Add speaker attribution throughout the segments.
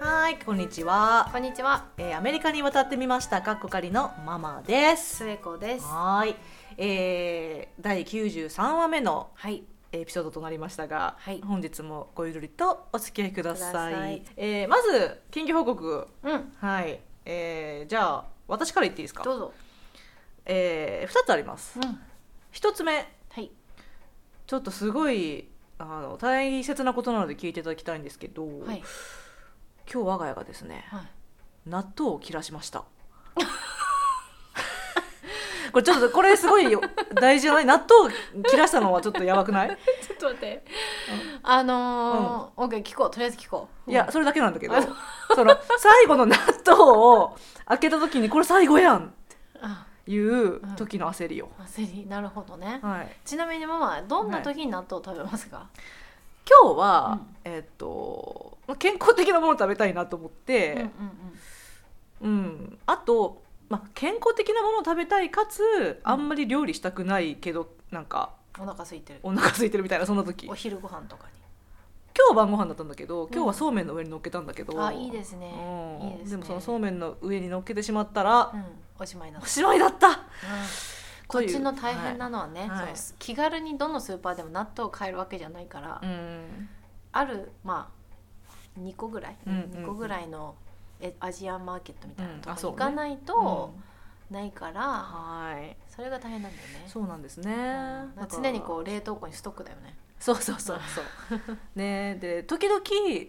Speaker 1: はい、こんにちは。
Speaker 2: こんにちは、
Speaker 1: えーアメリカに渡ってみました。かっこかりのママです。
Speaker 2: スエコです。
Speaker 1: はい、えー、第93話目の
Speaker 2: はい、
Speaker 1: エピソードとなりましたが、
Speaker 2: はい
Speaker 1: 本日もごゆるりとお付き合いください。
Speaker 2: ください
Speaker 1: えーまず緊急報告。
Speaker 2: うん、
Speaker 1: はい、えー、じゃあ私から言っていいですか。
Speaker 2: どうぞ。
Speaker 1: えー、2つあります。
Speaker 2: うん、
Speaker 1: 1つ目、
Speaker 2: はい、
Speaker 1: ちょっとすごいあの大切なことなので聞いていただきたいんですけど、
Speaker 2: はい、
Speaker 1: 今日我が家がですね、
Speaker 2: はい、
Speaker 1: 納豆を切らしました これちょっとこれすごいよ大事じゃない納豆を切らしたのはちょっとやばくない
Speaker 2: ちょっと待って。あのー、オッケー、聞こう、とりあえず聞こう。
Speaker 1: いやそれだけなんだけど
Speaker 2: あ
Speaker 1: その最後の納豆を開けた時にこれ最後やん
Speaker 2: うん、あ、
Speaker 1: いう時の焦りよ、
Speaker 2: 焦り、なるほどね。
Speaker 1: はい、
Speaker 2: ちなみにママ、どんな時に納豆を食べますか。
Speaker 1: 今日は、えっとま健康的なものを食べたいなと思っ
Speaker 2: うん、うん
Speaker 1: て、、うんあと、ま、健康的なものを食べたいかつあんまり料理したくないけどなんか
Speaker 2: うん、お腹空いてる。
Speaker 1: お腹空いてるみたいなそんな時
Speaker 2: お昼ご飯とかに。
Speaker 1: 今日晩ご飯だったんだけど
Speaker 2: ん
Speaker 1: 今日はそうめんの上に乗っけたんだけど、
Speaker 2: あ、いいです
Speaker 1: う
Speaker 2: ね。
Speaker 1: ん
Speaker 2: いいですね
Speaker 1: でもそのそうめんの上に乗っけてしまったら、
Speaker 2: うん、おしまいなの
Speaker 1: お。しまいだった
Speaker 2: こっちの大変なのはね、
Speaker 1: はいはい
Speaker 2: その気軽にどのスーパーでも納豆を買えるわけじゃないから、
Speaker 1: うん
Speaker 2: あるまあ2個ぐらい、
Speaker 1: うんうんうん
Speaker 2: 2個ぐらいのえアジアンマーケットみたいな
Speaker 1: うん
Speaker 2: とこ
Speaker 1: あそう
Speaker 2: 行
Speaker 1: ね
Speaker 2: かないとないから、
Speaker 1: はい
Speaker 2: それが大変なんだよね。
Speaker 1: そうなんですね、
Speaker 2: うん
Speaker 1: だから
Speaker 2: 常にこう冷凍庫にストックだよね。
Speaker 1: そうそうそう そうねで時々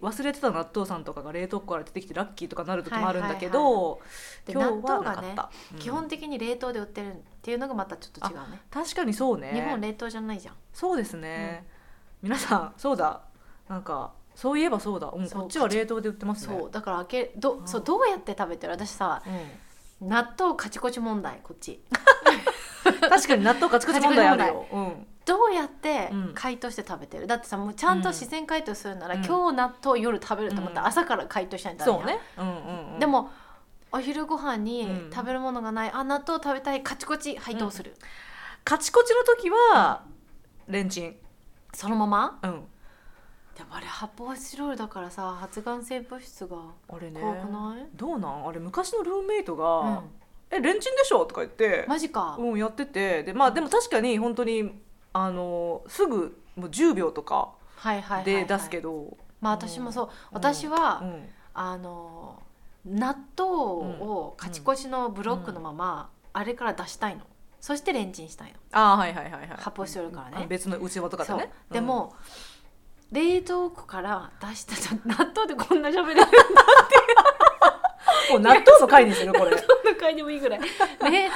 Speaker 1: 忘れてた納豆さんとかが冷凍庫から出てきてラッキーとかなる時もあるんだけど、
Speaker 2: で
Speaker 1: 今日はなか
Speaker 2: 納
Speaker 1: っ
Speaker 2: 豆が
Speaker 1: た、うん
Speaker 2: 基本的に冷凍で売ってるっていうのがまたちょっと違うね。
Speaker 1: 確かにそうね
Speaker 2: 日本冷凍じゃないじゃん。
Speaker 1: そうですね、皆さんそうだなんかそういえばそうだ、うん、
Speaker 2: そう
Speaker 1: こっちは冷凍で売ってますね
Speaker 2: そうだから開けど
Speaker 1: うん
Speaker 2: そうどうやって食べてる私さ
Speaker 1: うん
Speaker 2: 納豆カチコチ問題こっち
Speaker 1: 確かに納豆カチカチ問題あるよ。
Speaker 2: どうやって
Speaker 1: うん
Speaker 2: 解凍して食べてる、だってさもうちゃんと自然解凍するなら、
Speaker 1: うん
Speaker 2: 今日納豆夜食べると思ったら朝から解凍しない
Speaker 1: うん
Speaker 2: と
Speaker 1: そうね。うんうんうん
Speaker 2: で、もお昼ご飯に
Speaker 1: うん
Speaker 2: 食べるものがない、あ納豆食べたいカチコチ配当する、
Speaker 1: カチコチの時はレンチン。
Speaker 2: そのまま
Speaker 1: うん。
Speaker 2: でもあれ発泡スチロールだからさ発がん性物質が
Speaker 1: あれね。
Speaker 2: 怖くない、
Speaker 1: どうなん？あれ昔のルームメイト
Speaker 2: う
Speaker 1: が
Speaker 2: ん、
Speaker 1: えレンチンでしょとか言って、
Speaker 2: マジか、
Speaker 1: うんやっててでまあでも確かに本当にあのすぐもう10秒とか
Speaker 2: はいはいはい、はい、
Speaker 1: で出すけど、
Speaker 2: まあ私もそう、私
Speaker 1: う
Speaker 2: は、
Speaker 1: ん
Speaker 2: あの納豆をカチコチのブロックのまま、あれから出したいのそしてレンチンしたいの
Speaker 1: あーはいはいはいはい。
Speaker 2: 発泡スチロールからね
Speaker 1: あ別の内輪とかで
Speaker 2: そう
Speaker 1: ね。うん
Speaker 2: で。も、冷凍庫から出した じゃ納豆でこんな喋れる
Speaker 1: もう納豆の回にするこれ。
Speaker 2: の回でもいいぐらいね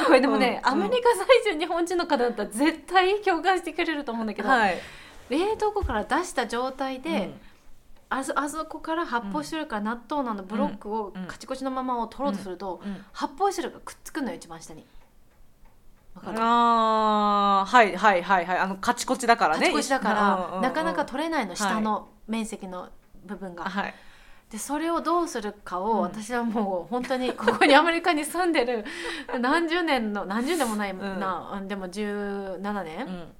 Speaker 2: これでもね、
Speaker 1: うん
Speaker 2: アメリカ在住日本人の方だったら絶対共感してくれると思うんだけど、
Speaker 1: はい。
Speaker 2: 冷凍庫から出した状態で、
Speaker 1: うん
Speaker 2: あそあそこから発泡スチロールから納豆などブロックを
Speaker 1: うん
Speaker 2: カチコチのままを取ろうとすると、
Speaker 1: うん
Speaker 2: 発泡スチロールがくっつくのよ一番下に。わかる
Speaker 1: ああはいはいはいはいあのカチコチだから
Speaker 2: カ
Speaker 1: ね
Speaker 2: チコチだ
Speaker 1: うん
Speaker 2: か
Speaker 1: うんうん
Speaker 2: らなかなか取れないの下の面積の部分が。
Speaker 1: はい
Speaker 2: でそれをどうするか
Speaker 1: うん
Speaker 2: を私はもう本当にここにアメリカに住んで る何十年の何十年もないな、でも17年、
Speaker 1: うん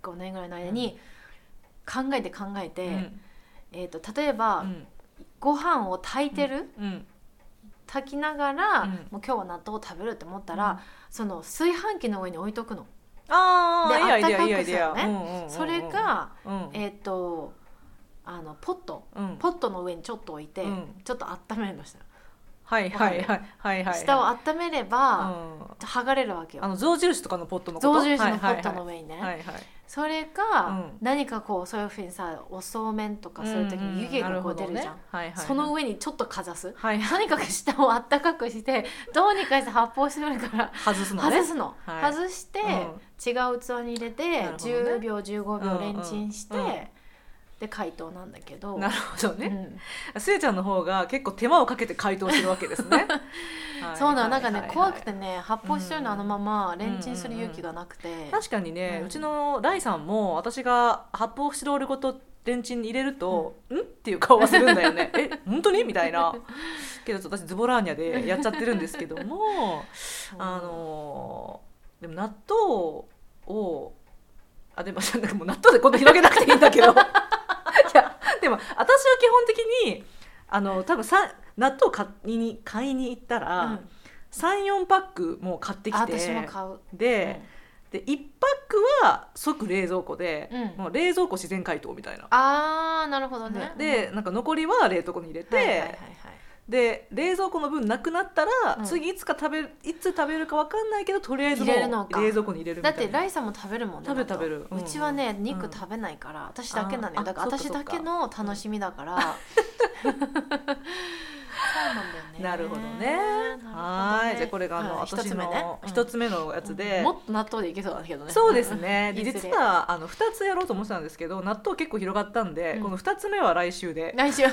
Speaker 2: 5年ぐらいの間に考えて考えて、
Speaker 1: うん
Speaker 2: えー、と例えば、
Speaker 1: うん
Speaker 2: ご飯を炊いてる、
Speaker 1: うん
Speaker 2: 炊きながら、
Speaker 1: うん
Speaker 2: もう今日は納豆を食べるって思ったら、その炊飯器の上に置いとくの。
Speaker 1: ああ
Speaker 2: で
Speaker 1: いやいやいや
Speaker 2: あったかく
Speaker 1: い
Speaker 2: する
Speaker 1: や
Speaker 2: のね
Speaker 1: うんうんうんうん
Speaker 2: それが、
Speaker 1: うん
Speaker 2: えっ、とあのポット
Speaker 1: うん
Speaker 2: ポットの上にちょっと置いて、
Speaker 1: うん
Speaker 2: ちょっと温めるのした、
Speaker 1: はいはいはいはいはい
Speaker 2: 下を
Speaker 1: は
Speaker 2: 温めれば、剥がれるわけよ
Speaker 1: あの象印とかのポットのこと
Speaker 2: 象印のポットの
Speaker 1: は
Speaker 2: 上にね、
Speaker 1: いはいはいはいはい
Speaker 2: それ
Speaker 1: う
Speaker 2: か
Speaker 1: ん
Speaker 2: 何かこうそういうふうにさおそうめんとかする時に湯気がこう出るじゃん、
Speaker 1: なほどねはいはい
Speaker 2: その上にちょっとかざす
Speaker 1: はい
Speaker 2: とにかく下をあったかくしてどうにかして発泡スチロール から
Speaker 1: 外すのね
Speaker 2: 外すの、
Speaker 1: はい
Speaker 2: 外して、
Speaker 1: うん
Speaker 2: 違う器に入れて、
Speaker 1: なるほどね
Speaker 2: 10秒15秒レンチンして、
Speaker 1: うんうんうん
Speaker 2: で解凍なんだけど
Speaker 1: なるほど
Speaker 2: う
Speaker 1: ね
Speaker 2: ん
Speaker 1: スエちゃんの方が結構手間をかけて解凍してるわけです ねはい
Speaker 2: そうなの、
Speaker 1: はい
Speaker 2: なんかね、
Speaker 1: はいはい
Speaker 2: 怖くてね発泡スチロールのあのままレンチンする勇気がなくて、
Speaker 1: 確かにね、う
Speaker 2: うん
Speaker 1: ちのライさんも私が発泡スチロールごとレンチンに入れると「ん?」っていう顔がするんだ よね「え本当に?」みたいなけどちょっと私ズボラーニャでやっちゃってるんですけどもあのーでも納豆をあでも なんかもう納豆でこんな広げな くていいんだけどいやでも私は基本的にあの多分さ納豆買いに買いに行ったら、
Speaker 2: うん
Speaker 1: 34パックもう買ってき
Speaker 2: あ
Speaker 1: て
Speaker 2: 私も買う、
Speaker 1: で,、で1パックは即冷蔵庫で、
Speaker 2: うん
Speaker 1: もう冷蔵庫自然解凍みたいな。
Speaker 2: ああなるほどね
Speaker 1: でなんか残りは冷凍庫に入れて、
Speaker 2: はいはいはいはい
Speaker 1: で冷蔵庫の分なくなったら、
Speaker 2: うん
Speaker 1: 次いつか食べるいつ食べるかわかんないけどとりあえずも
Speaker 2: 入れるの
Speaker 1: う
Speaker 2: か
Speaker 1: 冷蔵庫に入れるみ
Speaker 2: だ
Speaker 1: た
Speaker 2: って
Speaker 1: いな
Speaker 2: ライさんも食べるもんね
Speaker 1: 食べる
Speaker 2: 納豆
Speaker 1: 食べるうん
Speaker 2: うちはね
Speaker 1: うん
Speaker 2: 肉食べないから、私だけなの
Speaker 1: あ
Speaker 2: よ
Speaker 1: ー
Speaker 2: だから
Speaker 1: あそっ
Speaker 2: 私
Speaker 1: かそ
Speaker 2: だ
Speaker 1: っか
Speaker 2: けの楽しみだから、そうなんだよね
Speaker 1: なるほどね
Speaker 2: なるほどね
Speaker 1: はいじゃあこれがあの、
Speaker 2: はい
Speaker 1: 私の一つ目,、
Speaker 2: うん
Speaker 1: のやつで、
Speaker 2: うんもっと納豆でいけそうだけどね
Speaker 1: そうです ね
Speaker 2: いずれ
Speaker 1: 実はあの2つやろうと思ってたんですけど納豆結構広がったんで、
Speaker 2: うん
Speaker 1: この2つ目は来週で、
Speaker 2: 来週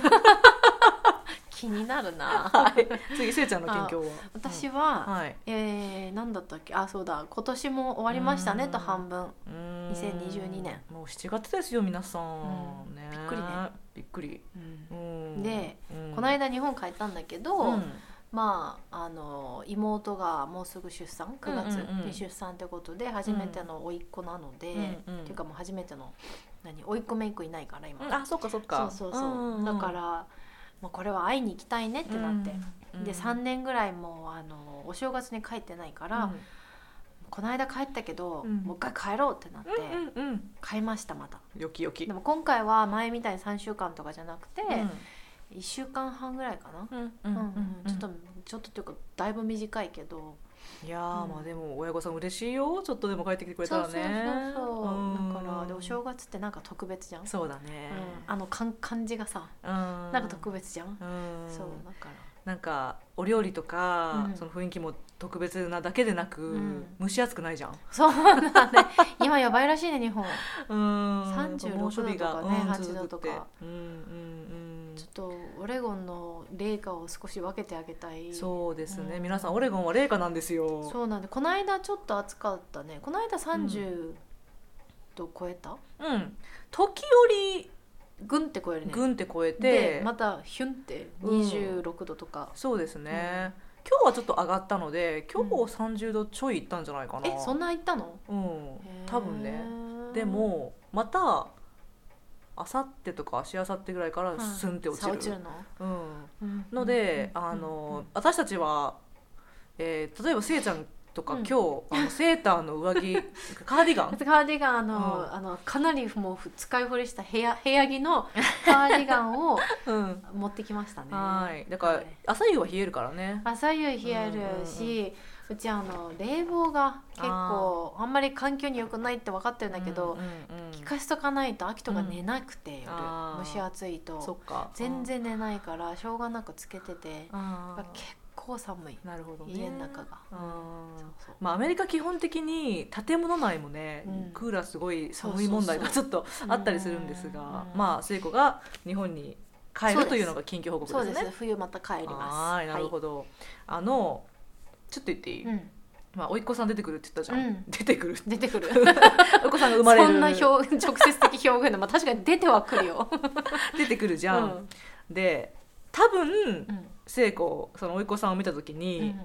Speaker 2: 気になるな
Speaker 1: はい、 次せいちゃんの近況は
Speaker 2: 私
Speaker 1: は、
Speaker 2: は、
Speaker 1: うんはい
Speaker 2: えー、何だったっけあそうだ今年も終わりましたね
Speaker 1: うん
Speaker 2: と半分
Speaker 1: うーん
Speaker 2: 2022年
Speaker 1: もう7月ですよ皆さん、
Speaker 2: うん
Speaker 1: ね
Speaker 2: びっくりね
Speaker 1: びっくり、うん
Speaker 2: で、
Speaker 1: うん
Speaker 2: この間日本帰ったんだけど、
Speaker 1: うん
Speaker 2: まああの妹がもうすぐ出産9月
Speaker 1: うんうんうん
Speaker 2: に出産ってことで初めての甥っ子なので、
Speaker 1: うんうん
Speaker 2: っていうかもう初めての何甥っ子めいっ子いないから今、
Speaker 1: あそっかそっか
Speaker 2: そうそうそう、
Speaker 1: んんん
Speaker 2: だから、まあ、これは会いに行きたいねってなって、
Speaker 1: うん
Speaker 2: で3年ぐらいもうあのお正月に帰ってないから、この間帰ったけど、
Speaker 1: うん
Speaker 2: もう一回帰ろうってなって、
Speaker 1: うんうんうんうん
Speaker 2: 買いましたまた。
Speaker 1: よきよき
Speaker 2: でも今回は前みたいに3週間とかじゃなくて、
Speaker 1: う
Speaker 2: 1週間半ぐらいかな、
Speaker 1: んう
Speaker 2: うんん
Speaker 1: う
Speaker 2: うんん
Speaker 1: うん
Speaker 2: ちょっとちょっとっていうかだいぶ短いけど
Speaker 1: いやー
Speaker 2: うん
Speaker 1: まあでも親御さん嬉しいよちょっとでも帰ってきてくれた
Speaker 2: そ
Speaker 1: ら
Speaker 2: うそうそう
Speaker 1: ね
Speaker 2: そう、
Speaker 1: うん
Speaker 2: だからでお正月ってなんか特別じゃん、うん、
Speaker 1: そうだね
Speaker 2: あのかん感じがさ
Speaker 1: な
Speaker 2: なんか特別じゃん、
Speaker 1: うん
Speaker 2: そうだから
Speaker 1: なんかお料理とか
Speaker 2: うん
Speaker 1: その雰囲気も特別なだけでなく
Speaker 2: うん
Speaker 1: 蒸し暑くないじゃん
Speaker 2: そうだ ね今やばいらしいね日本
Speaker 1: うん
Speaker 2: 36
Speaker 1: 猛暑日が
Speaker 2: 度とかね
Speaker 1: うん
Speaker 2: 8
Speaker 1: 続く
Speaker 2: 度とか
Speaker 1: ってうんうん
Speaker 2: ちょっとオレゴンの冷夏を少し分けてあげた
Speaker 1: う
Speaker 2: い
Speaker 1: んそうですね
Speaker 2: うん
Speaker 1: 皆さんオレゴンは冷夏なんですよ
Speaker 2: そうなんでこの間ちょっと暑かったねこの間30度超えた、
Speaker 1: うん時折
Speaker 2: ぐんって超えるね
Speaker 1: ぐんって超え
Speaker 2: で
Speaker 1: て
Speaker 2: またヒュンって
Speaker 1: うん
Speaker 2: 26度とか、
Speaker 1: そうですね、今日はちょっと上がったので今日30度ちょいいったんじゃないかな、
Speaker 2: えそん
Speaker 1: な
Speaker 2: な行ったの
Speaker 1: うん多分
Speaker 2: へ
Speaker 1: ね
Speaker 2: ー
Speaker 1: でもまたあさってとか明日あさってぐらいから
Speaker 2: はい
Speaker 1: スンって落ち
Speaker 2: さ
Speaker 1: る,、
Speaker 2: 落ちるの、
Speaker 1: うん、
Speaker 2: うん
Speaker 1: ので、
Speaker 2: うん
Speaker 1: あの、私たちは、えー例えばせいちゃんとか
Speaker 2: うん
Speaker 1: 今日、あ のセーターの上着カーディガ
Speaker 2: うん
Speaker 1: ン
Speaker 2: カーディガンあの,、
Speaker 1: うん
Speaker 2: あのかなりもうふ使い古した部屋 部屋着のカーディガンを
Speaker 1: うん
Speaker 2: 持ってきましたね
Speaker 1: はいだから、
Speaker 2: はい
Speaker 1: 朝夕は冷えるからね
Speaker 2: 朝夕冷えるし、うちあの冷房が結構あんまり環境に良くないって分かってるんだけど、
Speaker 1: うんうんうん
Speaker 2: 聞かしとかないと秋とか寝なくて、夜
Speaker 1: あー
Speaker 2: 蒸し暑い
Speaker 1: そ
Speaker 2: と
Speaker 1: っか
Speaker 2: 全然寝ないからしょうがなくつけてて
Speaker 1: うんあー
Speaker 2: 結構寒い
Speaker 1: なるほどね
Speaker 2: 家の中が、
Speaker 1: あー
Speaker 2: そうそう
Speaker 1: まあ、アメリカ基本的に建物内もね、
Speaker 2: うん
Speaker 1: クーラーすごい寒い問題がち
Speaker 2: そ
Speaker 1: ょっとあったりするんですが、
Speaker 2: うん
Speaker 1: まあ聖子が日本に帰
Speaker 2: そう
Speaker 1: る
Speaker 2: です
Speaker 1: というのが近況報
Speaker 2: そ
Speaker 1: 告
Speaker 2: う
Speaker 1: で
Speaker 2: ですす
Speaker 1: ね。
Speaker 2: 冬また帰ります
Speaker 1: はいなるほど、あのちょっと言っていい、
Speaker 2: はいうん、
Speaker 1: まあ甥っ子さん出てくるって言ったじゃん、
Speaker 2: うん
Speaker 1: 出てくる
Speaker 2: 出てくる
Speaker 1: 甥っ子さんが生まれる
Speaker 2: そんな表直接的表現で、まあ、確かに出てはくるよ、
Speaker 1: 出てくるじ
Speaker 2: う
Speaker 1: ゃん、
Speaker 2: ん
Speaker 1: で多分
Speaker 2: うん
Speaker 1: 聖子その甥っ子さんを見た時
Speaker 2: う
Speaker 1: に、
Speaker 2: ん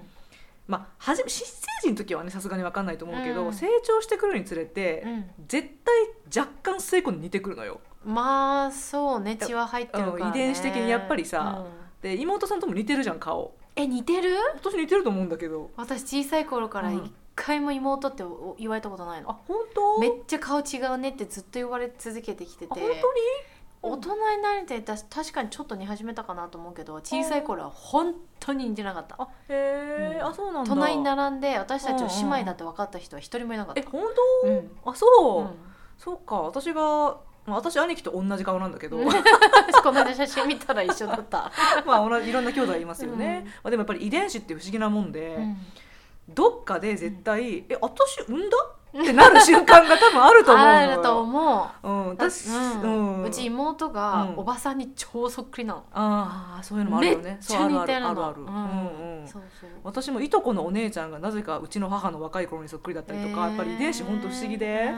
Speaker 1: まあはじめ新成人の時はねさすがに分かんないと思うけど、
Speaker 2: うん
Speaker 1: 成長してくるにつれて、
Speaker 2: うん
Speaker 1: 絶対若干聖子に似てくるのよ
Speaker 2: まあそうね血は入ってるから、ね
Speaker 1: うん遺伝子的にやっぱりさ
Speaker 2: うん
Speaker 1: で妹さんとも似てるじゃん顔
Speaker 2: え似てる
Speaker 1: 私似てると思うんだけど
Speaker 2: 私小さい頃から
Speaker 1: うん
Speaker 2: 一回も妹ってお言われたことない
Speaker 1: あ
Speaker 2: の、
Speaker 1: 本当
Speaker 2: めっちゃ顔違うねってずっと言われ続けてきて
Speaker 1: あ
Speaker 2: て
Speaker 1: 本当
Speaker 2: 大人になれてたし確かにちょっと似始めたかなと思うけど小さい頃は本当に似てなかった
Speaker 1: にへえ、
Speaker 2: うん
Speaker 1: あそうなんだ
Speaker 2: 隣に並んで私たち
Speaker 1: うんうん
Speaker 2: を姉
Speaker 1: う
Speaker 2: 妹
Speaker 1: ん
Speaker 2: だって分かった人は一人もいなかった
Speaker 1: え本
Speaker 2: う
Speaker 1: 当、
Speaker 2: ん
Speaker 1: あそう、
Speaker 2: うん
Speaker 1: そうか私が、まあ、私兄貴と同じ顔なんだけど ま
Speaker 2: 私この間写真見たら一緒だった、
Speaker 1: あ同じいろんな兄弟いますよね、
Speaker 2: うん
Speaker 1: まあ、でもやっぱり遺伝子って不思議なもんで、
Speaker 2: うん
Speaker 1: どっかで絶対「え私産んだ?」ってなる瞬間が多分あると思うのよ
Speaker 2: あると思
Speaker 1: うん、
Speaker 2: うだ
Speaker 1: 私、
Speaker 2: う
Speaker 1: うんん、
Speaker 2: うち妹が
Speaker 1: うん
Speaker 2: おばさんに超そっくりなの、
Speaker 1: ああそういうのもあるよ
Speaker 2: め
Speaker 1: ね
Speaker 2: っち
Speaker 1: そう
Speaker 2: ゃ
Speaker 1: ある
Speaker 2: 似
Speaker 1: あ
Speaker 2: てる
Speaker 1: る
Speaker 2: の
Speaker 1: あるある、うんうん
Speaker 2: そうそう
Speaker 1: 私もいとこのお姉ちゃんがなぜかうちの母の若い頃にそっくりだったりとか、やっぱり遺伝子ほんと不思議で、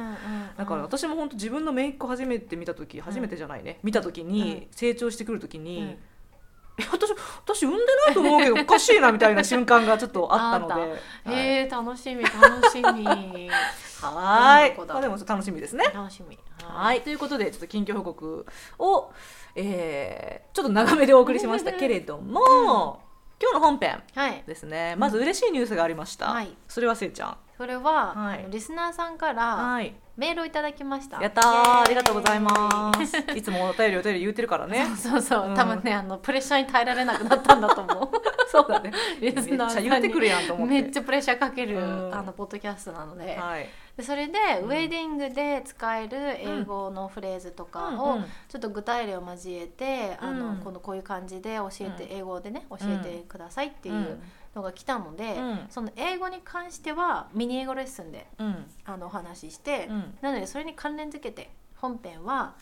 Speaker 1: だから私も本当自分の姪っ子初めて見た時初めてじゃないね、見た時に、成長してくる時に、
Speaker 2: うん
Speaker 1: え私私産んでないと思うけどおかしいなみたいな瞬間がちょっとあったの
Speaker 2: あ
Speaker 1: ではい
Speaker 2: えー、楽しみ楽しみ
Speaker 1: はーい
Speaker 2: どんな子だ
Speaker 1: まあでも楽しみですね
Speaker 2: 楽しみ
Speaker 1: はいということでちょっと近況報告を、えーちょっと長めでお送りしま したけれども、今日の本編
Speaker 2: はい
Speaker 1: ですねまず嬉しいニュースがありました、
Speaker 2: はい
Speaker 1: それはせいちゃん
Speaker 2: それは、
Speaker 1: はい
Speaker 2: あのリスナーさんから
Speaker 1: はい
Speaker 2: メールをいただきました
Speaker 1: やった
Speaker 2: イエーイ
Speaker 1: ーありがとうございます いつもお便りお便り言うてるからね
Speaker 2: そうそう、
Speaker 1: うん
Speaker 2: 多分ねあのプレッシャーに耐えられなくなったんだと思
Speaker 1: そうだね
Speaker 2: うリ
Speaker 1: めっ
Speaker 2: スナー
Speaker 1: ち
Speaker 2: さ
Speaker 1: ゃ
Speaker 2: ん
Speaker 1: 言ってく
Speaker 2: に
Speaker 1: るやんと思って
Speaker 2: めっちゃプレッシャーかける、
Speaker 1: うん
Speaker 2: あのポッドキャストなので,、
Speaker 1: はい
Speaker 2: でそれで、
Speaker 1: うん
Speaker 2: ウェディングで使える英語のフレーズとか
Speaker 1: う
Speaker 2: を、
Speaker 1: んうん
Speaker 2: ちょっと具体例を交えて、あ
Speaker 1: う
Speaker 2: の
Speaker 1: ん
Speaker 2: このこういう感じで教えて、
Speaker 1: う
Speaker 2: 英語でね教えてくださいっていう
Speaker 1: うん
Speaker 2: のが来たので、
Speaker 1: うん
Speaker 2: その英語に関してはミニ英語レッスンで
Speaker 1: うん
Speaker 2: あのお話しして、
Speaker 1: うん
Speaker 2: なのでそれに関連づけて本編は、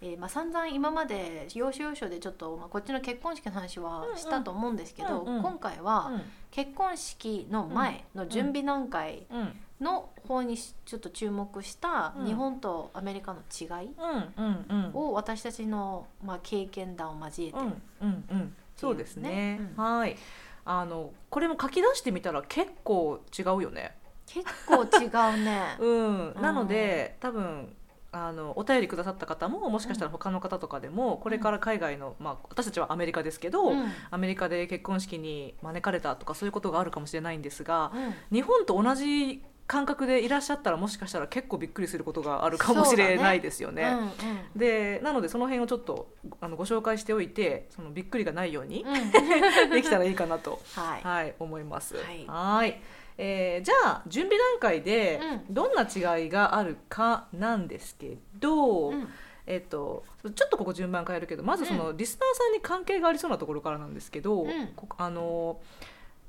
Speaker 2: えーまあ、散々今まで要所要所でちょっと、まあ、こっちの結婚式の話はしたと思うんですけど、
Speaker 1: うんうん
Speaker 2: 今回は
Speaker 1: うん
Speaker 2: 結婚式の前の準備段階
Speaker 1: うん
Speaker 2: の方にしちょっと注目した
Speaker 1: うん
Speaker 2: 日本とアメリカの違い
Speaker 1: うんうんうん
Speaker 2: を私たちの、まあ、経験談を交えて、
Speaker 1: うんうんうんそうですね
Speaker 2: ねうん
Speaker 1: はいあのこれも書き出してみたら結構違うよね。
Speaker 2: 結構違うね
Speaker 1: うん
Speaker 2: うん
Speaker 1: なので多分あのお便りくださった方ももしかしたら他の方とかでもこれから海外のまあ私たちはアメリカですけど
Speaker 2: うん
Speaker 1: アメリカで結婚式に招かれたとかそういうことがあるかもしれないんですが
Speaker 2: うん
Speaker 1: 日本と同じ感覚でいらっしゃったらもしかしたら結構びっくりすることがあるかもしれないですよね。
Speaker 2: うんうん
Speaker 1: でなのでその辺をちょっとあのご紹介しておいてそのびっくりがないように
Speaker 2: うん
Speaker 1: できたらいいかなと、
Speaker 2: はい、
Speaker 1: はい、思います。
Speaker 2: はい
Speaker 1: いえーじゃあ準備段階で
Speaker 2: う
Speaker 1: どんな違いがあるかなんですけど、
Speaker 2: うん
Speaker 1: えっと、ちょっとここ順番変えるけどまずそのリスナーさんに関係がありそうなところからなんですけど、
Speaker 2: うん
Speaker 1: こあの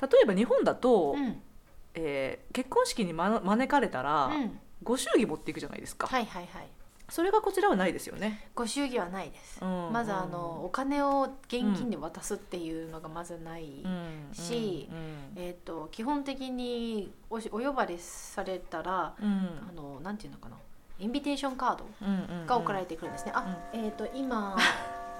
Speaker 1: 例えば日本だと、
Speaker 2: うん
Speaker 1: えー結婚式にま招かれたら、
Speaker 2: うん
Speaker 1: ご祝儀持っていくじゃないですか、
Speaker 2: はいはいはい
Speaker 1: それがこちらはないですよね。
Speaker 2: ご祝儀はないです、
Speaker 1: うん
Speaker 2: まずあのお金を現金で渡すっていうのがまずない、し
Speaker 1: うん
Speaker 2: えー、と基本的におしお呼ばれされたら、あのなんていうのかなインビテーションカード
Speaker 1: うん
Speaker 2: が送られてくるんですね、あ、えっ、と今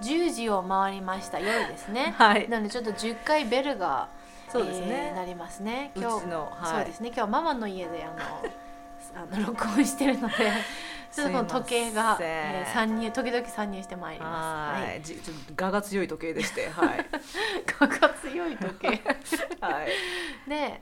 Speaker 2: 10時を回りました夜ですね
Speaker 1: はい
Speaker 2: なのでちょっと10回ベルが
Speaker 1: そうです
Speaker 2: えー
Speaker 1: ね、
Speaker 2: なりますね
Speaker 1: うち
Speaker 2: 今日
Speaker 1: の、
Speaker 2: そ
Speaker 1: は
Speaker 2: う
Speaker 1: い
Speaker 2: ですね今日はママの家であの あの録音してるの でちょっとこの時計が、
Speaker 1: すいません
Speaker 2: えー参入時々参入してまいり ます。
Speaker 1: はいじちょっと我が強い時計で してはい、
Speaker 2: かが強い時計
Speaker 1: はい
Speaker 2: で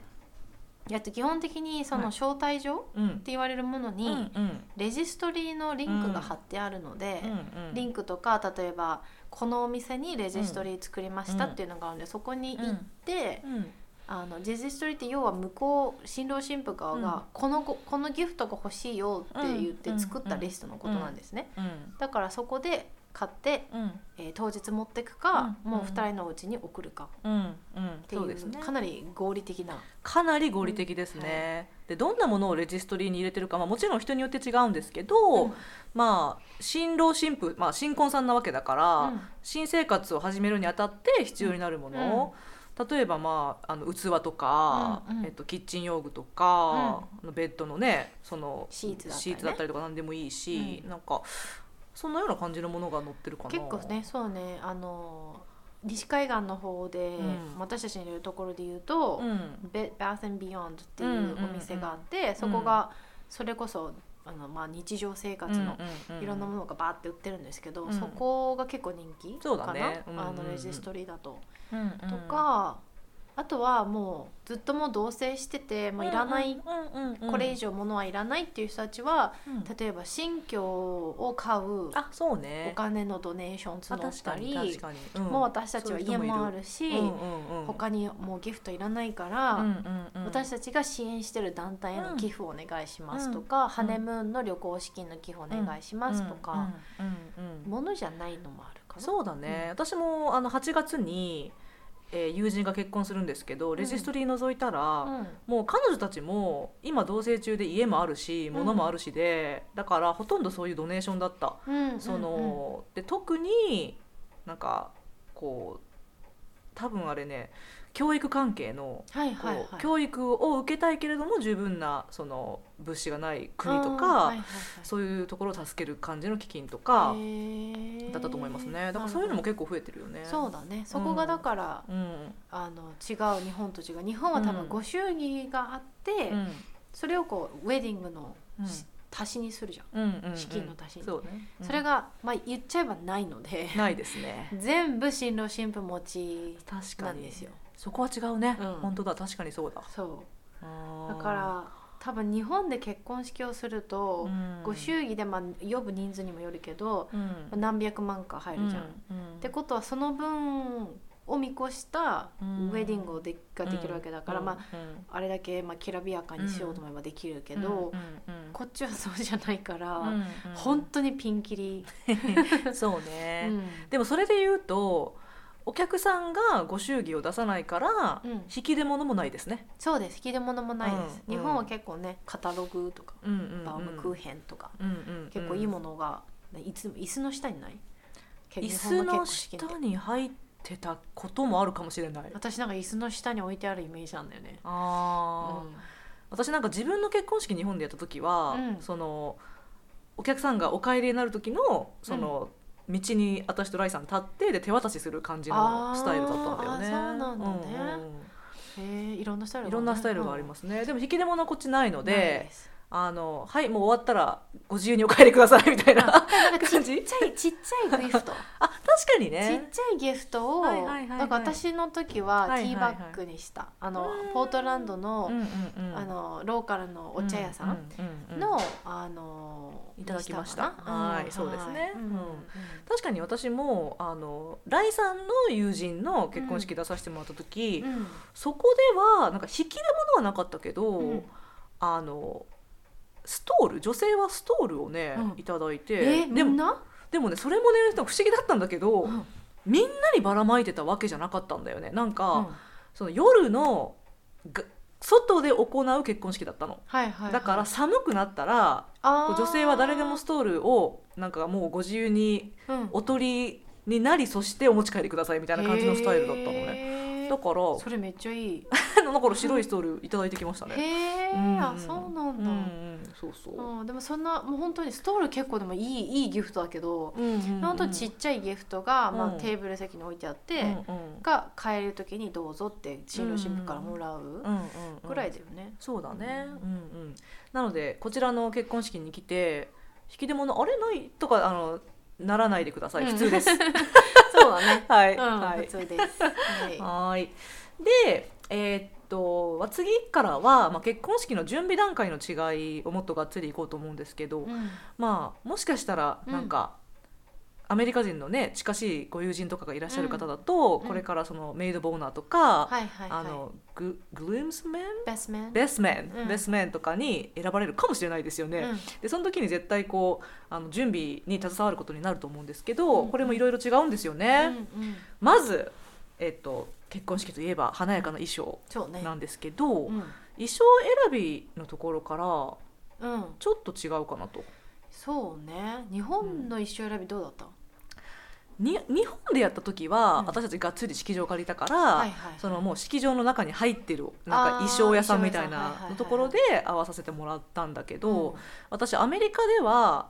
Speaker 2: やっと基本的にその招待状って
Speaker 1: うん
Speaker 2: 言われるものに、
Speaker 1: うんうん
Speaker 2: レジストリーのリンクが貼ってあるので、
Speaker 1: うんうん
Speaker 2: リンクとか例えばこのお店にレジストリー作りました
Speaker 1: うん
Speaker 2: っていうのがあるので、そこに行って、
Speaker 1: うん
Speaker 2: あのレジストリーって要は向こう新郎新婦側が、
Speaker 1: うん
Speaker 2: この子このギフトが欲しいよって言って作ったレストのことなんですね、
Speaker 1: うん
Speaker 2: だからそこで買って、
Speaker 1: うん
Speaker 2: えー当日持ってくか、
Speaker 1: うん
Speaker 2: もう2人のうちに送るか
Speaker 1: うんうん
Speaker 2: ってい
Speaker 1: そううですね
Speaker 2: かなり合理的な
Speaker 1: かなり合理的ですね、でどんなものをレジストリーに入れてるか、まあ、もちろん人によって違うんですけど、
Speaker 2: うん
Speaker 1: まあ新郎新婦、まあ、新婚さんなわけだから、
Speaker 2: うん
Speaker 1: 新生活を始めるにあたって必要になるもの、例えば、まあ、あの器とか、
Speaker 2: うんうん
Speaker 1: えっと、キッチン用具とか、あのベッドのねその
Speaker 2: シーツだったりね
Speaker 1: シーツだったりとか何でもいいし、
Speaker 2: う
Speaker 1: なんかそんなような感じのものが載ってるかな
Speaker 2: 結構ねそうねあの西海岸の方で、
Speaker 1: うん
Speaker 2: 私たちのいるところで言うと、
Speaker 1: うん
Speaker 2: ベバースンビヨンドってい
Speaker 1: ん
Speaker 2: う
Speaker 1: うん
Speaker 2: う
Speaker 1: うん
Speaker 2: お店があって、そこがそれこそあの、まあ、日常生活の
Speaker 1: うんうんうん
Speaker 2: いろんなものがバーって売ってるんですけど、
Speaker 1: うん
Speaker 2: そこが結構人気
Speaker 1: そう
Speaker 2: か
Speaker 1: だ
Speaker 2: な、
Speaker 1: ねうんうんうん
Speaker 2: あのレジストリーだと。
Speaker 1: うんうん
Speaker 2: とかあとはもうずっともう同棲しててもういらない、
Speaker 1: うんうんうん
Speaker 2: これ以上物はいらないっていう人たちは
Speaker 1: うん
Speaker 2: 例えば新居を買う
Speaker 1: あそう
Speaker 2: お
Speaker 1: ね
Speaker 2: 金のドネーション
Speaker 1: あ
Speaker 2: 募っ
Speaker 1: 確
Speaker 2: た
Speaker 1: かに
Speaker 2: り
Speaker 1: 確。かに、うん
Speaker 2: もう私たちは家もあるし
Speaker 1: うんうんうん
Speaker 2: 他にもうギフトいらないから、
Speaker 1: うんうんうん
Speaker 2: 私たちが支援してる団体への寄付をお願いしますとか、ハネムーンの旅行資金の寄付お願いしますとか、
Speaker 1: うんうんうんうん
Speaker 2: ものじゃないのもあるかな。
Speaker 1: そうだね、私もあの8月に、えー友人が結婚するんですけどレジストリー覗いたら、
Speaker 2: うん
Speaker 1: もう彼女たちも今同棲中で家もあるし
Speaker 2: ん
Speaker 1: 物もあるしで、だからほとんどそういうドネーションだった。
Speaker 2: うん
Speaker 1: そので特になんかこう多分あれね教育関係の
Speaker 2: うんうんはい
Speaker 1: こう
Speaker 2: はいはい、
Speaker 1: 教育を受けたいけれども十分なその物資がない国とか、
Speaker 2: あーはいはいはい
Speaker 1: そういうところを助ける感じの基金とか
Speaker 2: へー
Speaker 1: だったと思いますね。だからそういうのも結構増えてるよね。
Speaker 2: そうだねそこがだから、
Speaker 1: うん。
Speaker 2: あの違う日本と違う日本は多
Speaker 1: う
Speaker 2: 分
Speaker 1: ん
Speaker 2: ご祝儀があって、
Speaker 1: うん。
Speaker 2: それをこうウェディングの
Speaker 1: うん
Speaker 2: し足しにするじゃん、
Speaker 1: うんうんうん
Speaker 2: 資金の足しに
Speaker 1: そうね、
Speaker 2: それ
Speaker 1: が
Speaker 2: が、まあ、言っちゃえばないので
Speaker 1: ないですね
Speaker 2: 全部新郎新婦持ち
Speaker 1: 確
Speaker 2: な
Speaker 1: か
Speaker 2: ん
Speaker 1: に
Speaker 2: ですよ
Speaker 1: そこは違うね、
Speaker 2: うん
Speaker 1: 本当だ確かにそうだ
Speaker 2: そ
Speaker 1: あ
Speaker 2: うだ
Speaker 1: ー
Speaker 2: から多分日本で結婚式をする
Speaker 1: う
Speaker 2: と、
Speaker 1: ん
Speaker 2: ご祝儀で、まあ、呼ぶ人数にもよるけど、
Speaker 1: うん
Speaker 2: まあ何百万か入るじゃん。
Speaker 1: うん
Speaker 2: ってことはその分を見越したウ
Speaker 1: うん
Speaker 2: ェディングをでができるわけだから、ま
Speaker 1: あ、
Speaker 2: あ、あれだけまあきらびやかにしようと思えばできるけ
Speaker 1: け
Speaker 2: ど、
Speaker 1: うん
Speaker 2: こっちはそうじゃないから、
Speaker 1: うんうん
Speaker 2: 本当にピンキリ。
Speaker 1: そう
Speaker 2: う
Speaker 1: ね、
Speaker 2: ん
Speaker 1: でもそれで言うとお客さんがご祝儀を出さないから、
Speaker 2: うん
Speaker 1: 引き出物もないですね。
Speaker 2: そうです引き出物もないです、
Speaker 1: うん
Speaker 2: 日本は結構ねカタログとか
Speaker 1: うんうんうん
Speaker 2: バウムクーヘンとか、
Speaker 1: うんうんうん
Speaker 2: 結構いいものが、ねいつも椅子の下にない
Speaker 1: 椅
Speaker 2: 結構
Speaker 1: 子
Speaker 2: 日本
Speaker 1: の
Speaker 2: 結構
Speaker 1: 下に入ってたこともあるかもしれない。
Speaker 2: 私なんか椅子の下に置いてあるイメージなんだよね。
Speaker 1: あー、私なんか自分の結婚式日本でやった時は、
Speaker 2: うん
Speaker 1: そのお客さんがお帰りになる時のその、道に私とライさん立ってで手渡しする感じのスタイルだったんだよね。
Speaker 2: あーそうなんだね
Speaker 1: ううん
Speaker 2: うんへえいろんなスタイル
Speaker 1: いろんなスタイルがあり
Speaker 2: す
Speaker 1: ますね、でも引き出物はこっちないの
Speaker 2: の
Speaker 1: であのはいもう終わったらご自由にお帰りくださいみたいな
Speaker 2: なんか ちっ
Speaker 1: 感
Speaker 2: ち
Speaker 1: じ
Speaker 2: ゃいちっちゃいギフトちっ
Speaker 1: あ確かに
Speaker 2: ちゃ
Speaker 1: ね
Speaker 2: いギフトを
Speaker 1: はいはいはいはい
Speaker 2: なんか私の時は
Speaker 1: はい
Speaker 2: テ
Speaker 1: はいは
Speaker 2: ィー
Speaker 1: い
Speaker 2: バッグにしたあの
Speaker 1: うん
Speaker 2: ポートラン
Speaker 1: う
Speaker 2: ドの
Speaker 1: んうんうん
Speaker 2: あのローカルのお茶屋さん
Speaker 1: うんうんうんうん
Speaker 2: のあの
Speaker 1: いただきました
Speaker 2: にかな
Speaker 1: はい
Speaker 2: ん
Speaker 1: そうですね
Speaker 2: うん
Speaker 1: うん確かに私もあのライさんの友人の結婚式出させてもらった時、
Speaker 2: うん
Speaker 1: そこではなんか引き出物はなかったけど、
Speaker 2: うん
Speaker 1: あのストール女性はストールをね、
Speaker 2: うん
Speaker 1: いただいてで
Speaker 2: えみん
Speaker 1: も
Speaker 2: な
Speaker 1: でもねそれもね不思議だったんだけど、
Speaker 2: うん
Speaker 1: みんなにばらまいてたわけじゃなかったんだよねなんか、
Speaker 2: うん
Speaker 1: その夜のが外で行う結婚式だったの、
Speaker 2: はいはいはい
Speaker 1: だから寒くなったらこ
Speaker 2: あ
Speaker 1: う
Speaker 2: ー
Speaker 1: 女性は誰でもストールをなんかもうご自由に
Speaker 2: うん
Speaker 1: お取りになりそしてお持ち帰りくださいみたいな感じのスタイルだったのね
Speaker 2: へー
Speaker 1: だから
Speaker 2: それめっちゃいい
Speaker 1: だから白いストールいただいてきましたね
Speaker 2: へえ、
Speaker 1: うん
Speaker 2: あそうなんだ、
Speaker 1: うんうんそうそう、
Speaker 2: うん、でもそんなもう本当にストール結構でもいいいいギフトだけど、
Speaker 1: うんうんうん
Speaker 2: 本当にちっちゃいギフトが、まあ
Speaker 1: うん
Speaker 2: テーブル席に置いてあって、
Speaker 1: うんうん
Speaker 2: が帰る時にどうぞって新郎新婦からもらう
Speaker 1: うんうんうん
Speaker 2: ぐらいだよね。
Speaker 1: そうだね、うんうん、なのでこちらの結婚式に来て引き出物あれないとかあのならないでください
Speaker 2: うん
Speaker 1: 普通です、
Speaker 2: そうだね。
Speaker 1: はい、
Speaker 2: うん、
Speaker 1: は
Speaker 2: 普
Speaker 1: い
Speaker 2: 通です。は
Speaker 1: はいでえーっとわ次からは、まあ、結婚式の準備段階の違いをもっとがっつりいこうと思うんですけど、
Speaker 2: い。うん
Speaker 1: まあもしかしたらなんか、アメリカ人のね近しいご友人とかがいらっしゃる方だと、
Speaker 2: うん
Speaker 1: これからそのメイドボーナーとか、
Speaker 2: はいはい
Speaker 1: あ
Speaker 2: は
Speaker 1: のググルームスメン
Speaker 2: い。ベースメン。
Speaker 1: ベースメン、
Speaker 2: うん
Speaker 1: ベースメンとかに選ばれるかもしれないですよね。
Speaker 2: うん
Speaker 1: でその時に絶対こうあの準備に携わることになると思うんですけど、
Speaker 2: うん
Speaker 1: これもいろいろ違うんですよね。
Speaker 2: うんうん
Speaker 1: まず、えっと、結婚式といえば華やかな衣装
Speaker 2: そうね。
Speaker 1: なんですけど、
Speaker 2: うん、
Speaker 1: 衣装選びのところから
Speaker 2: うん、
Speaker 1: ちょっと違うかなと。
Speaker 2: そうね。日本の一生選びどうだった？
Speaker 1: に日本でやった時は、
Speaker 2: うん
Speaker 1: 私たちがっつり式場借りたから、
Speaker 2: はいはい。
Speaker 1: そのもう式場の中に入ってるなんか衣装屋さんみたい
Speaker 2: あー衣装屋さんはいはい
Speaker 1: な
Speaker 2: はい
Speaker 1: ところで合わさせてもらったんだけど、
Speaker 2: うん
Speaker 1: 私アメリカでは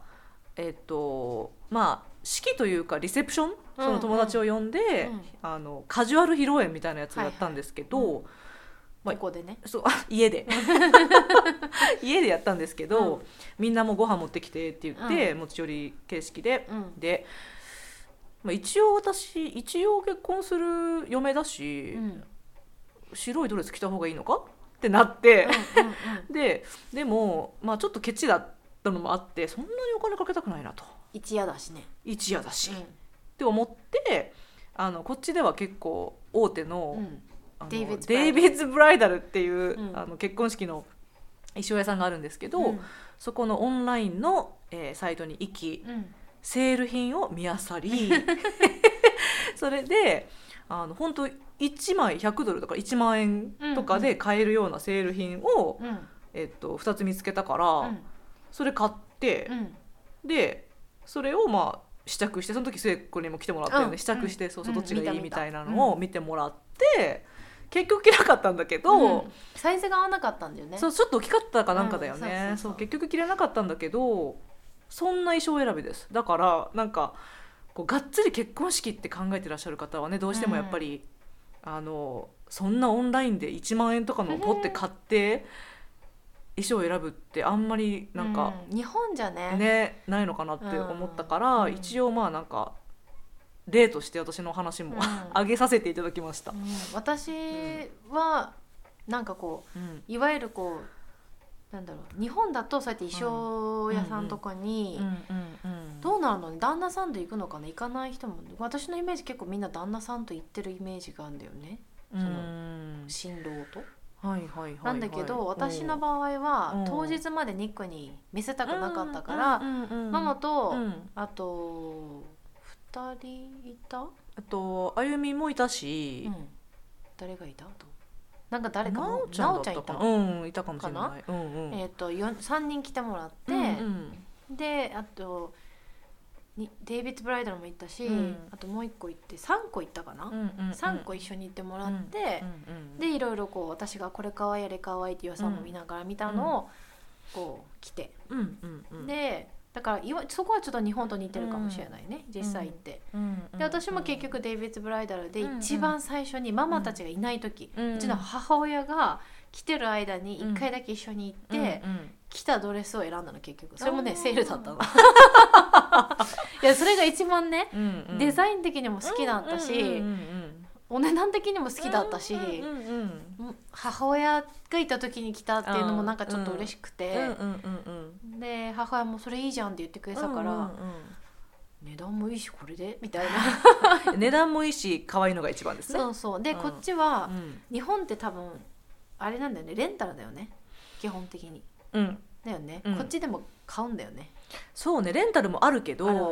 Speaker 1: えっとまあ式というかリセプションその友達を呼んで、
Speaker 2: うん
Speaker 1: あのカジュアル披露宴みたいなやつをやったんですけど、
Speaker 2: はいは
Speaker 1: まあ
Speaker 2: ここでね。
Speaker 1: そうあ家 で家でやったんですけど、
Speaker 2: うん
Speaker 1: みんなもうご飯持ってきてって言って、持ち寄り形式で
Speaker 2: うん。
Speaker 1: で、まあ、一応私一応結婚する嫁だし、
Speaker 2: うん。うん
Speaker 1: 白いドレス着た方がいいのかってなって。
Speaker 2: うんうん
Speaker 1: ででも、まあ、ちょっとケチだったのもあってそんなにお金かけたくないなと
Speaker 2: 一夜だしね。
Speaker 1: 一夜だし、って思ってあのこっちでは結構大手の,、
Speaker 2: うん
Speaker 1: あの
Speaker 2: デイビッズブ
Speaker 1: デ
Speaker 2: ライダ
Speaker 1: イ
Speaker 2: ル
Speaker 1: ビッズ・ブライダルっていう、
Speaker 2: うん
Speaker 1: あの結婚式の衣装屋さんがあるんですけど、
Speaker 2: うん
Speaker 1: そこのオンラインの、えーサイトに行き
Speaker 2: うん
Speaker 1: セール品を見漁り それであの本当1枚100ドルとか1万円とかで買えるようなセール品を、
Speaker 2: うん
Speaker 1: えっと、2つ見つけたから、
Speaker 2: うん
Speaker 1: それ買って
Speaker 2: う、ん
Speaker 1: でそれをまあ試着してその時聖子にも来てもらったよね、
Speaker 2: うん
Speaker 1: 試着して、そうそうどっち
Speaker 2: 見
Speaker 1: が
Speaker 2: た
Speaker 1: いい
Speaker 2: 見
Speaker 1: み
Speaker 2: た
Speaker 1: たいなのを見てもらって、結局着なかったんだけど、
Speaker 2: うんサイズが合わなかったんだよね
Speaker 1: そうちょっと大きかったかなんかだよね、そ
Speaker 2: うん
Speaker 1: う
Speaker 2: そうそうそう
Speaker 1: 結局着れなかったんだけどそんな衣装選びですだからなんかこうがっつり結婚式って考えてらっしゃる方はねどうしてもやっぱり、あのそんなオンラインで1万円とかのをポって買って、衣装を選ぶってあんまりなんか、
Speaker 2: うん日本じゃね
Speaker 1: ねないのかなって思ったから、
Speaker 2: うん
Speaker 1: 一応まあなんか例として私の話も
Speaker 2: うん
Speaker 1: 上げさせていただきました
Speaker 2: う。ん私はなんかこ
Speaker 1: うん
Speaker 2: ういわゆるこうなんだろう日本だとそうやって衣装屋さんとかに、どうなるの旦那さんと行くのかな行かない人も私のイメージ結構みんな旦那さんと行ってるイメージがあるんだよね
Speaker 1: う
Speaker 2: そ
Speaker 1: ん
Speaker 2: 新郎と、
Speaker 1: はいはいはいはい
Speaker 2: なんだけど、私の
Speaker 1: 合
Speaker 2: 場合は、
Speaker 1: うん
Speaker 2: 当日までニックに見せたくなかったから、ママと、あと2人いた、
Speaker 1: あとあゆみもいたし、
Speaker 2: うん誰がいたあとなんか誰か
Speaker 1: な
Speaker 2: も
Speaker 1: おちゃんだ
Speaker 2: なお
Speaker 1: っ
Speaker 2: ちゃんい
Speaker 1: た
Speaker 2: た
Speaker 1: かなうんいたかもしれない。うんうん
Speaker 2: えっ、とよ3人来てもらって、
Speaker 1: うん
Speaker 2: であとにデイビッド・ブライダルも行ったし、
Speaker 1: うん
Speaker 2: あともう1個行って3個行ったかな、
Speaker 1: うんうんうん
Speaker 2: 3個一緒に行ってもらって、
Speaker 1: うんうん
Speaker 2: でいろいろこう私がこれかわいいあれかわいいって予算も見ながら見たのをこう着て、
Speaker 1: うんうんうん
Speaker 2: でだからいわそこはちょっと日本と似てるかもしれないね、実際行って、
Speaker 1: うんうん
Speaker 2: で私も結局デイビッド・ブライダルで
Speaker 1: うん
Speaker 2: 一番最初にママたちがいない時、
Speaker 1: う
Speaker 2: うんちの母親が来てる間に1回だけ一緒に行って、
Speaker 1: うんうん
Speaker 2: 着たドレスを選んだの結局それも
Speaker 1: あ
Speaker 2: ね
Speaker 1: ー
Speaker 2: セールだった のいやそれが一番ね
Speaker 1: うんうん
Speaker 2: デザイン的にも好きだったし、
Speaker 1: うんうんうん
Speaker 2: お値段的にも好きだったし、
Speaker 1: うんうんうん
Speaker 2: もう母親がいた時に来たっていうのもなんかちょっと嬉しく
Speaker 1: うんうん
Speaker 2: て、
Speaker 1: うん
Speaker 2: で母親も「それいいじゃん」って言ってく
Speaker 1: う
Speaker 2: れ
Speaker 1: ん
Speaker 2: たから、
Speaker 1: うんうん
Speaker 2: 値段もいいしこれでみたい な
Speaker 1: うん値段もいいし可愛いのが一番ですね
Speaker 2: そうそうで、
Speaker 1: うん
Speaker 2: こっちは
Speaker 1: うん
Speaker 2: 日本って多分あれなんだよねレンタルだよね基本的に
Speaker 1: うん
Speaker 2: だよね、
Speaker 1: うん
Speaker 2: こっちでも買うんだよね
Speaker 1: そうねレンタルもあるけど
Speaker 2: あるあ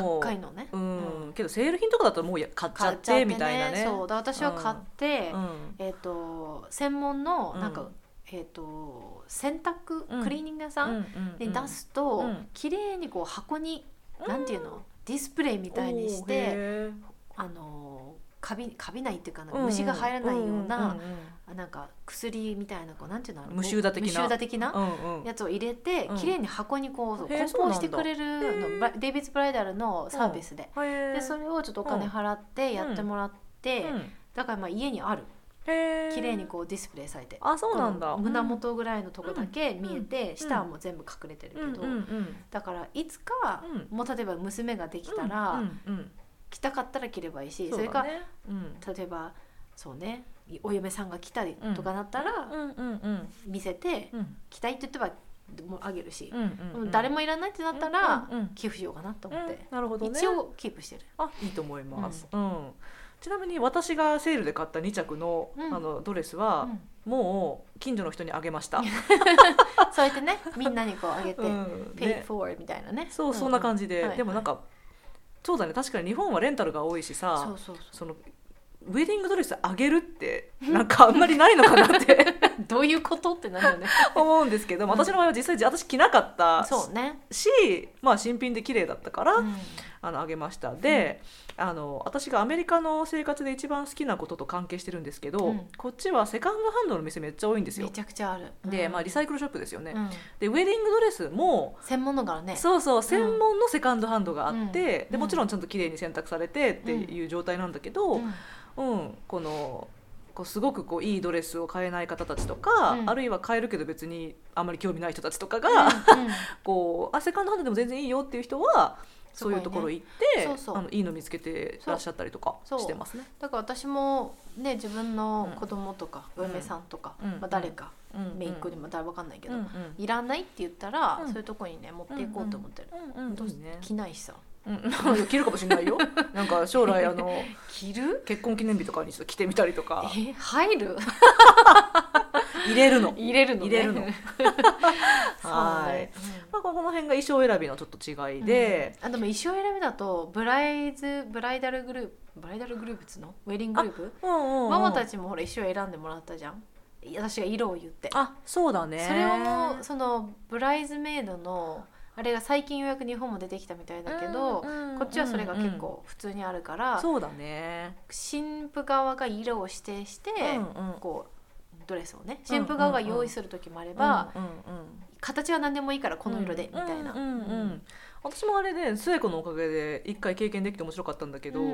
Speaker 2: る
Speaker 1: も
Speaker 2: 高いうのね
Speaker 1: うんけどセール品とかだともうや買っちゃ
Speaker 2: 買
Speaker 1: っ
Speaker 2: っちゃって
Speaker 1: て
Speaker 2: ね
Speaker 1: みたいなね
Speaker 2: そうだから私は買って、
Speaker 1: うん
Speaker 2: えっ、と専門のなんか、
Speaker 1: うん
Speaker 2: えっ、と洗濯
Speaker 1: うん
Speaker 2: クリーニング屋さんに出すと、
Speaker 1: うん
Speaker 2: 綺麗にこう箱に、
Speaker 1: うん
Speaker 2: なんていうのディスプレイみ
Speaker 1: み
Speaker 2: たいにしてあのカビカビないっていうかなんか虫が入らないような、あなんか薬みたいなこうなんていうの
Speaker 1: 無臭だ的な
Speaker 2: 無臭だ的な
Speaker 1: うんうん
Speaker 2: やつを入れて、
Speaker 1: うん
Speaker 2: 綺麗に箱にこう
Speaker 1: へえ
Speaker 2: 梱
Speaker 1: そうなんだ
Speaker 2: 包してくれる
Speaker 1: へえ
Speaker 2: のバデイビッズ・ブライダルのサービスで、
Speaker 1: で
Speaker 2: でそれをちょっとお金払ってやってもらって、だからまあ家にある綺麗にこうディスプレイされて
Speaker 1: あそうなんだ
Speaker 2: この胸元ぐらいのとこだけ見え
Speaker 1: うん
Speaker 2: て、
Speaker 1: うん
Speaker 2: 下はもう全部隠れてるけど、
Speaker 1: うんうんうん
Speaker 2: だからいつか、
Speaker 1: う
Speaker 2: もう例えば娘ができたら、
Speaker 1: うんうん
Speaker 2: 着たかったら着ればいいし
Speaker 1: うん
Speaker 2: そ,、れ
Speaker 1: うだ
Speaker 2: か
Speaker 1: ねうん
Speaker 2: 例えばそうねお嫁さんが来たりとかなったら、
Speaker 1: うんうんうん
Speaker 2: 見せて
Speaker 1: うん
Speaker 2: 着たいって言ってばもうあげるし、
Speaker 1: うんうんうん
Speaker 2: 誰もいらないってなったら、
Speaker 1: うんうんうん
Speaker 2: 寄付しようかなと思って、
Speaker 1: なるほどね
Speaker 2: 一応キープしてる。
Speaker 1: あいいと思いますうんちなみに私がセールで買った2着の
Speaker 2: うん
Speaker 1: あのドレス
Speaker 2: う
Speaker 1: は
Speaker 2: ん
Speaker 1: もう近所の人にあげま した
Speaker 2: そうやってねみんなにこうあげて、
Speaker 1: うん
Speaker 2: ペイ
Speaker 1: ね
Speaker 2: フォーみたいなね
Speaker 1: そうそんな感
Speaker 2: じ
Speaker 1: じ
Speaker 2: うん
Speaker 1: で
Speaker 2: はい
Speaker 1: でもなんかそうだね確かに日本はレンタルが多いし
Speaker 2: そ
Speaker 1: さ
Speaker 2: うそうそう
Speaker 1: そのウェディングドレスあげるって なんかあんまりないのかなって
Speaker 2: どういう ことってなるよね。
Speaker 1: 思うんですけども私の場合は実際私着なかった
Speaker 2: そうね。
Speaker 1: し、まあ、新品で綺麗だったから、あのあげましたで、あの私がアメリカの生活で一番好きなことと関係してるんですけど、
Speaker 2: うん
Speaker 1: こっちはセカンドハンドの店めっちゃ多いんです
Speaker 2: め
Speaker 1: よ
Speaker 2: ちゃくちゃある。
Speaker 1: で、まあ、リサ
Speaker 2: イ
Speaker 1: イクルショップですよね、
Speaker 2: うん、
Speaker 1: でウェディングドレスも
Speaker 2: 専門のからね。
Speaker 1: そうそう専門のセカンドハンドがあって、
Speaker 2: うん
Speaker 1: でもちろんちゃんと綺麗に洗濯されてっていう状態なんだけど、
Speaker 2: うん
Speaker 1: うん、このこうすごくこういいドレスを買えない方たちとか、
Speaker 2: うん
Speaker 1: あるいは買えるけど別にあんまり興味ない人たちとか
Speaker 2: うん
Speaker 1: が、こうあセカンドハンドでも全然いいよっていう人はそ
Speaker 2: すご
Speaker 1: う
Speaker 2: い
Speaker 1: い
Speaker 2: ね
Speaker 1: うところ行って、
Speaker 2: そうそう
Speaker 1: あのいいの見つけてらっしゃったりとか
Speaker 2: そう
Speaker 1: してますね。
Speaker 2: だから私もね自分の子供とか、
Speaker 1: うん
Speaker 2: お嫁さんとか、
Speaker 1: うん
Speaker 2: まあ、誰か、
Speaker 1: うんうん
Speaker 2: メイクにも誰わかんないけど、
Speaker 1: うん
Speaker 2: いらないって言ったら、
Speaker 1: うん
Speaker 2: そういうとこにね持っていこうと思ってる。
Speaker 1: うんうんうんそうですね。
Speaker 2: 着ないしさ。
Speaker 1: うん 着るかもしれないよ。なんか将来あの
Speaker 2: 着る？
Speaker 1: 結婚記念日とかにちょっと着てみたりと か
Speaker 2: え入る？
Speaker 1: 入れるの。
Speaker 2: 入れるの、ね。
Speaker 1: 入れるの
Speaker 2: は
Speaker 1: はいい。まあこの辺が衣装選びのちょっと違いで、
Speaker 2: うんあでも衣装選びだとブライズブライダルグループブライダルグループっつうのウェディンググループ
Speaker 1: うんうんうん
Speaker 2: ママたちもほら衣装選んでもらったじゃんいや私が色を言って、
Speaker 1: あそうだね。
Speaker 2: それをもうそのブライズメイドのあれが最近ようやく日本も出てきたみたいだけど、
Speaker 1: うんうん
Speaker 2: こっちはそれが結構普通にあるから、
Speaker 1: そうだね。
Speaker 2: 新婦側が色を指定して、
Speaker 1: うんうん
Speaker 2: こうドレスをね新婦側が用意する時もあれば、
Speaker 1: うんうんうん
Speaker 2: 形は何でもいいからこの色で、みたいな、
Speaker 1: うんうんうんうん私もあれで寿恵子のおかげで一回経験できて面白かったんだけど、
Speaker 2: うん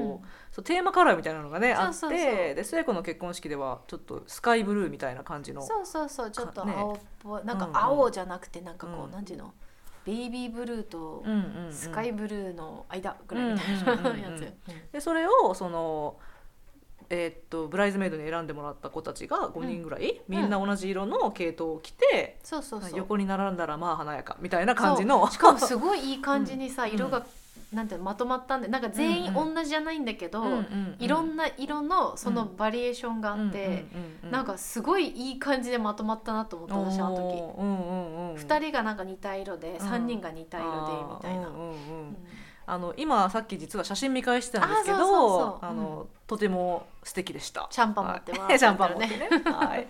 Speaker 1: そうテーマカラーみたいなのがねあって
Speaker 2: そうそうそう
Speaker 1: で寿恵子の結婚式ではちょっとスカイブルーみたいな感じの
Speaker 2: そうそうそうちょっと
Speaker 1: かね
Speaker 2: 青っぽい、なん
Speaker 1: う
Speaker 2: か
Speaker 1: んうん
Speaker 2: 青じゃなくてなんかこう、
Speaker 1: うん
Speaker 2: なんていうのベイビーブルーと
Speaker 1: うんうんうん
Speaker 2: スカイブルーの間ぐらいみたい
Speaker 1: うんうんう
Speaker 2: なん
Speaker 1: うん
Speaker 2: やつ、
Speaker 1: でそれをそのえーっとブライズメイドに選んでもらった子たちが5人ぐらい、みんな同じ色の系統を着て、
Speaker 2: そうそうそう
Speaker 1: 横に並んだらまあ華やかみたいな感じの
Speaker 2: しかもすごいいい感じにさ、
Speaker 1: ん
Speaker 2: 色がなんていうのまとまったんでなんか全員
Speaker 1: うんう
Speaker 2: 同じじゃないんだけど、
Speaker 1: うんうんうん
Speaker 2: いろんな色のそ
Speaker 1: う
Speaker 2: の
Speaker 1: ん
Speaker 2: バリエーションがあって、
Speaker 1: うんうんう
Speaker 2: なんかすごいいい感じでまとまったなと思った私あの
Speaker 1: おーうんうんうん、
Speaker 2: 時2人がなんか似た色で、
Speaker 1: ん
Speaker 2: 三3人が似た色でみたいな、
Speaker 1: あーうんうんうん
Speaker 2: うん
Speaker 1: あの今さっき実は写真見返してたんですけど
Speaker 2: あそうそうそう
Speaker 1: あのとても素敵でした。
Speaker 2: シャンパン持ってわ
Speaker 1: はいシャンパン持ってね。はい。
Speaker 2: う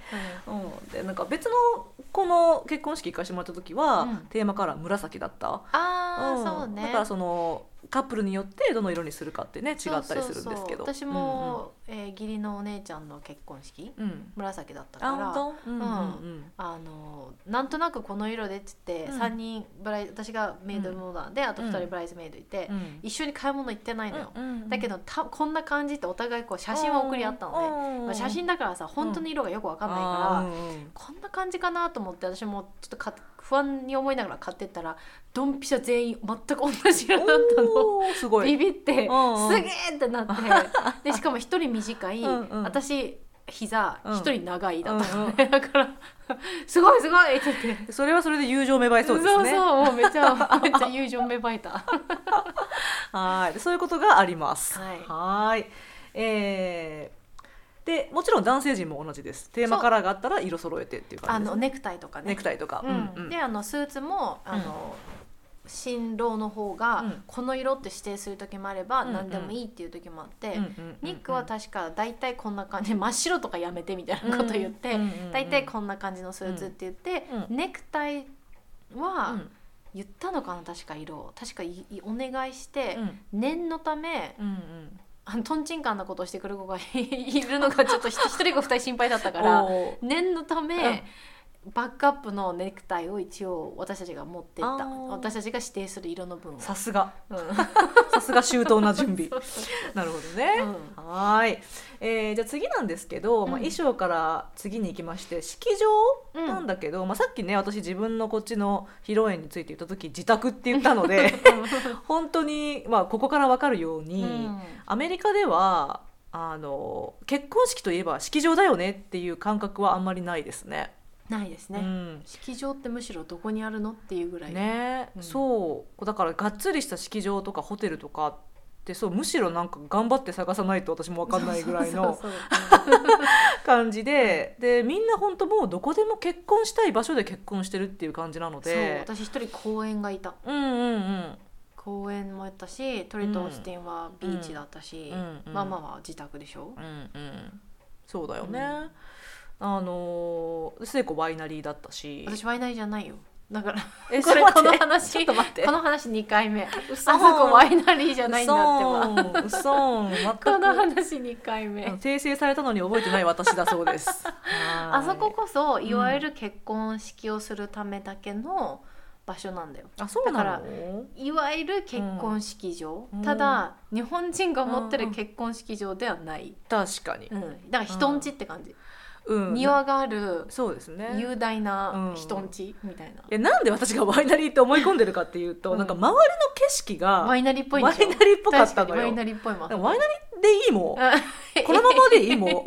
Speaker 1: うん、でなんか別のこの結婚式行かしてもらった時は、
Speaker 2: うん
Speaker 1: テーマカラー紫だった、
Speaker 2: んあ
Speaker 1: う
Speaker 2: ー
Speaker 1: ん
Speaker 2: そうね
Speaker 1: だからそのカップルによってどの色にするかってね違ったりするん
Speaker 2: そう
Speaker 1: です
Speaker 2: そう
Speaker 1: けど
Speaker 2: そう私も、えー義理のお姉ちゃんの結婚式
Speaker 1: うん、うん
Speaker 2: 紫だったから
Speaker 1: あ本当、うんうんうん
Speaker 2: あのなんとなくこの色でっつって、
Speaker 1: うん
Speaker 2: 三人ブライ私がメイドモーダーで、あと2
Speaker 1: う
Speaker 2: 人
Speaker 1: ん
Speaker 2: ブライズメイドいて、
Speaker 1: うん
Speaker 2: 一緒に買い物行ってないのよ、
Speaker 1: うんうん
Speaker 2: だけどたこんな感じってお互いこう写真は送り合ったのね、
Speaker 1: うん
Speaker 2: まあ、写真だからさ本当に色がよくわかんないから、
Speaker 1: あーうんうん
Speaker 2: こんな感じかなと思って私もちょっとか不安に思いながら買ってったらドンピシャ全員全く同じ色だったの。
Speaker 1: おーすごい
Speaker 2: ビビって
Speaker 1: うんうん
Speaker 2: すげえってなって でしかも一人短い
Speaker 1: うんうん
Speaker 2: 私膝
Speaker 1: うん
Speaker 2: 一人長いだったのね だから「すごいすごい!」って言って。
Speaker 1: それはそれで友情芽生えそうですね
Speaker 2: そうそうもうめっち ゃめっちゃ友情芽生えた。は
Speaker 1: はい、そういうことがあります。
Speaker 2: はい
Speaker 1: はいえーで、もちろん男性陣も同じです。テーマカラーがあったら色揃えてっていう
Speaker 2: あ
Speaker 1: 感じです
Speaker 2: の。ネクタイとかね。
Speaker 1: ネクタイとか。
Speaker 2: うん
Speaker 1: うんうん
Speaker 2: であのスーツもあの、新郎の方が
Speaker 1: うん
Speaker 2: この色って指定する時もあれば、
Speaker 1: うんうん
Speaker 2: 何でもいいっていう時もあっ
Speaker 1: う
Speaker 2: て、
Speaker 1: んうんうん
Speaker 2: ニックは確か大体こんな感じ真っ白とかやめてみたいなこと言って、
Speaker 1: うんうんうんうん
Speaker 2: 大体こんな感じのスーツって言って、
Speaker 1: う
Speaker 2: ネクタイ
Speaker 1: う
Speaker 2: は
Speaker 1: ん
Speaker 2: 言ったのかな確か色を確かいいお願いし
Speaker 1: う
Speaker 2: て、
Speaker 1: ん
Speaker 2: 念のため
Speaker 1: うんうん
Speaker 2: あのとんちんかんなことをしてくる子がいるのがちょっとひ一人か二人心配だったか ら
Speaker 1: おー
Speaker 2: 念のため、バックアップのネクタイを一応私たちが持ってい
Speaker 1: あ
Speaker 2: った
Speaker 1: ー
Speaker 2: 私たちが指定する色の分を。
Speaker 1: さすが、
Speaker 2: うん
Speaker 1: さすが周到な準備。なるほどね。
Speaker 2: うん
Speaker 1: はーい、えーじゃあ次なんですけど、まあ、
Speaker 2: うん
Speaker 1: 衣装から次に行きまして式場なんだけど、まあ、さっきね私自分のこっちの披露宴について言った時自宅って言ったので 本当に、まあ、ここから分かるように、
Speaker 2: うん
Speaker 1: アメリカではあの結婚式といえば式場だよねっていう感覚はあんまりないですね。
Speaker 2: ないですね。
Speaker 1: うん
Speaker 2: 式場ってむしろどこにあるのっていうぐらい、
Speaker 1: ね、
Speaker 2: うん
Speaker 1: そうだからがっつりした式場とかホテルとかってそうむしろなんか頑張って探さないと私も分かんないぐらいの
Speaker 2: そうそう
Speaker 1: 感じででみんな本当もうどこでも結婚したい場所で結婚してるっていう感じなの
Speaker 2: そうそう
Speaker 1: で
Speaker 2: 私一人公園がいた
Speaker 1: うんうんうん
Speaker 2: 公園もやったしトリとオースティンはビーチだったし、
Speaker 1: うんうん
Speaker 2: ママは自宅でしょ、
Speaker 1: うんうんそうだよね、
Speaker 2: うん
Speaker 1: あのー聖子ワイナリーだったし
Speaker 2: 私ワイナリーじゃないよだから
Speaker 1: え
Speaker 2: これ
Speaker 1: ちょっと
Speaker 2: この
Speaker 1: 待って
Speaker 2: 話
Speaker 1: ちょっと待って
Speaker 2: この話2回目あ
Speaker 1: 嘘
Speaker 2: そこワイナリーじゃないんだってば
Speaker 1: うそん全く
Speaker 2: この話2回目、
Speaker 1: あの訂正されたのに覚えてない私だそうです。は
Speaker 2: あ
Speaker 1: い
Speaker 2: そここそいわゆる結婚式をするためだけの場所なんだよ
Speaker 1: あそうな
Speaker 2: だから
Speaker 1: の
Speaker 2: いわゆる結婚式場、
Speaker 1: うん
Speaker 2: ただ日本人が持ってる結婚式場ではない、
Speaker 1: 確かに
Speaker 2: う。ん、だから人んちって感じ、
Speaker 1: うん
Speaker 2: 庭がある
Speaker 1: そうですね。
Speaker 2: 雄大な
Speaker 1: うん
Speaker 2: 人んちみたいな、
Speaker 1: いやなんで私がワイナリーって思い込んでるかっていうと、
Speaker 2: うん
Speaker 1: なんか周りの景色が
Speaker 2: ワ
Speaker 1: ワイ
Speaker 2: イナリーっぽいん
Speaker 1: ナ
Speaker 2: でしょ
Speaker 1: リーっぽかったの
Speaker 2: 確かにワイ
Speaker 1: よ。
Speaker 2: ナリーっぽいもん
Speaker 1: でもワイナリーでいいもん。
Speaker 2: うん
Speaker 1: このままでいいもん。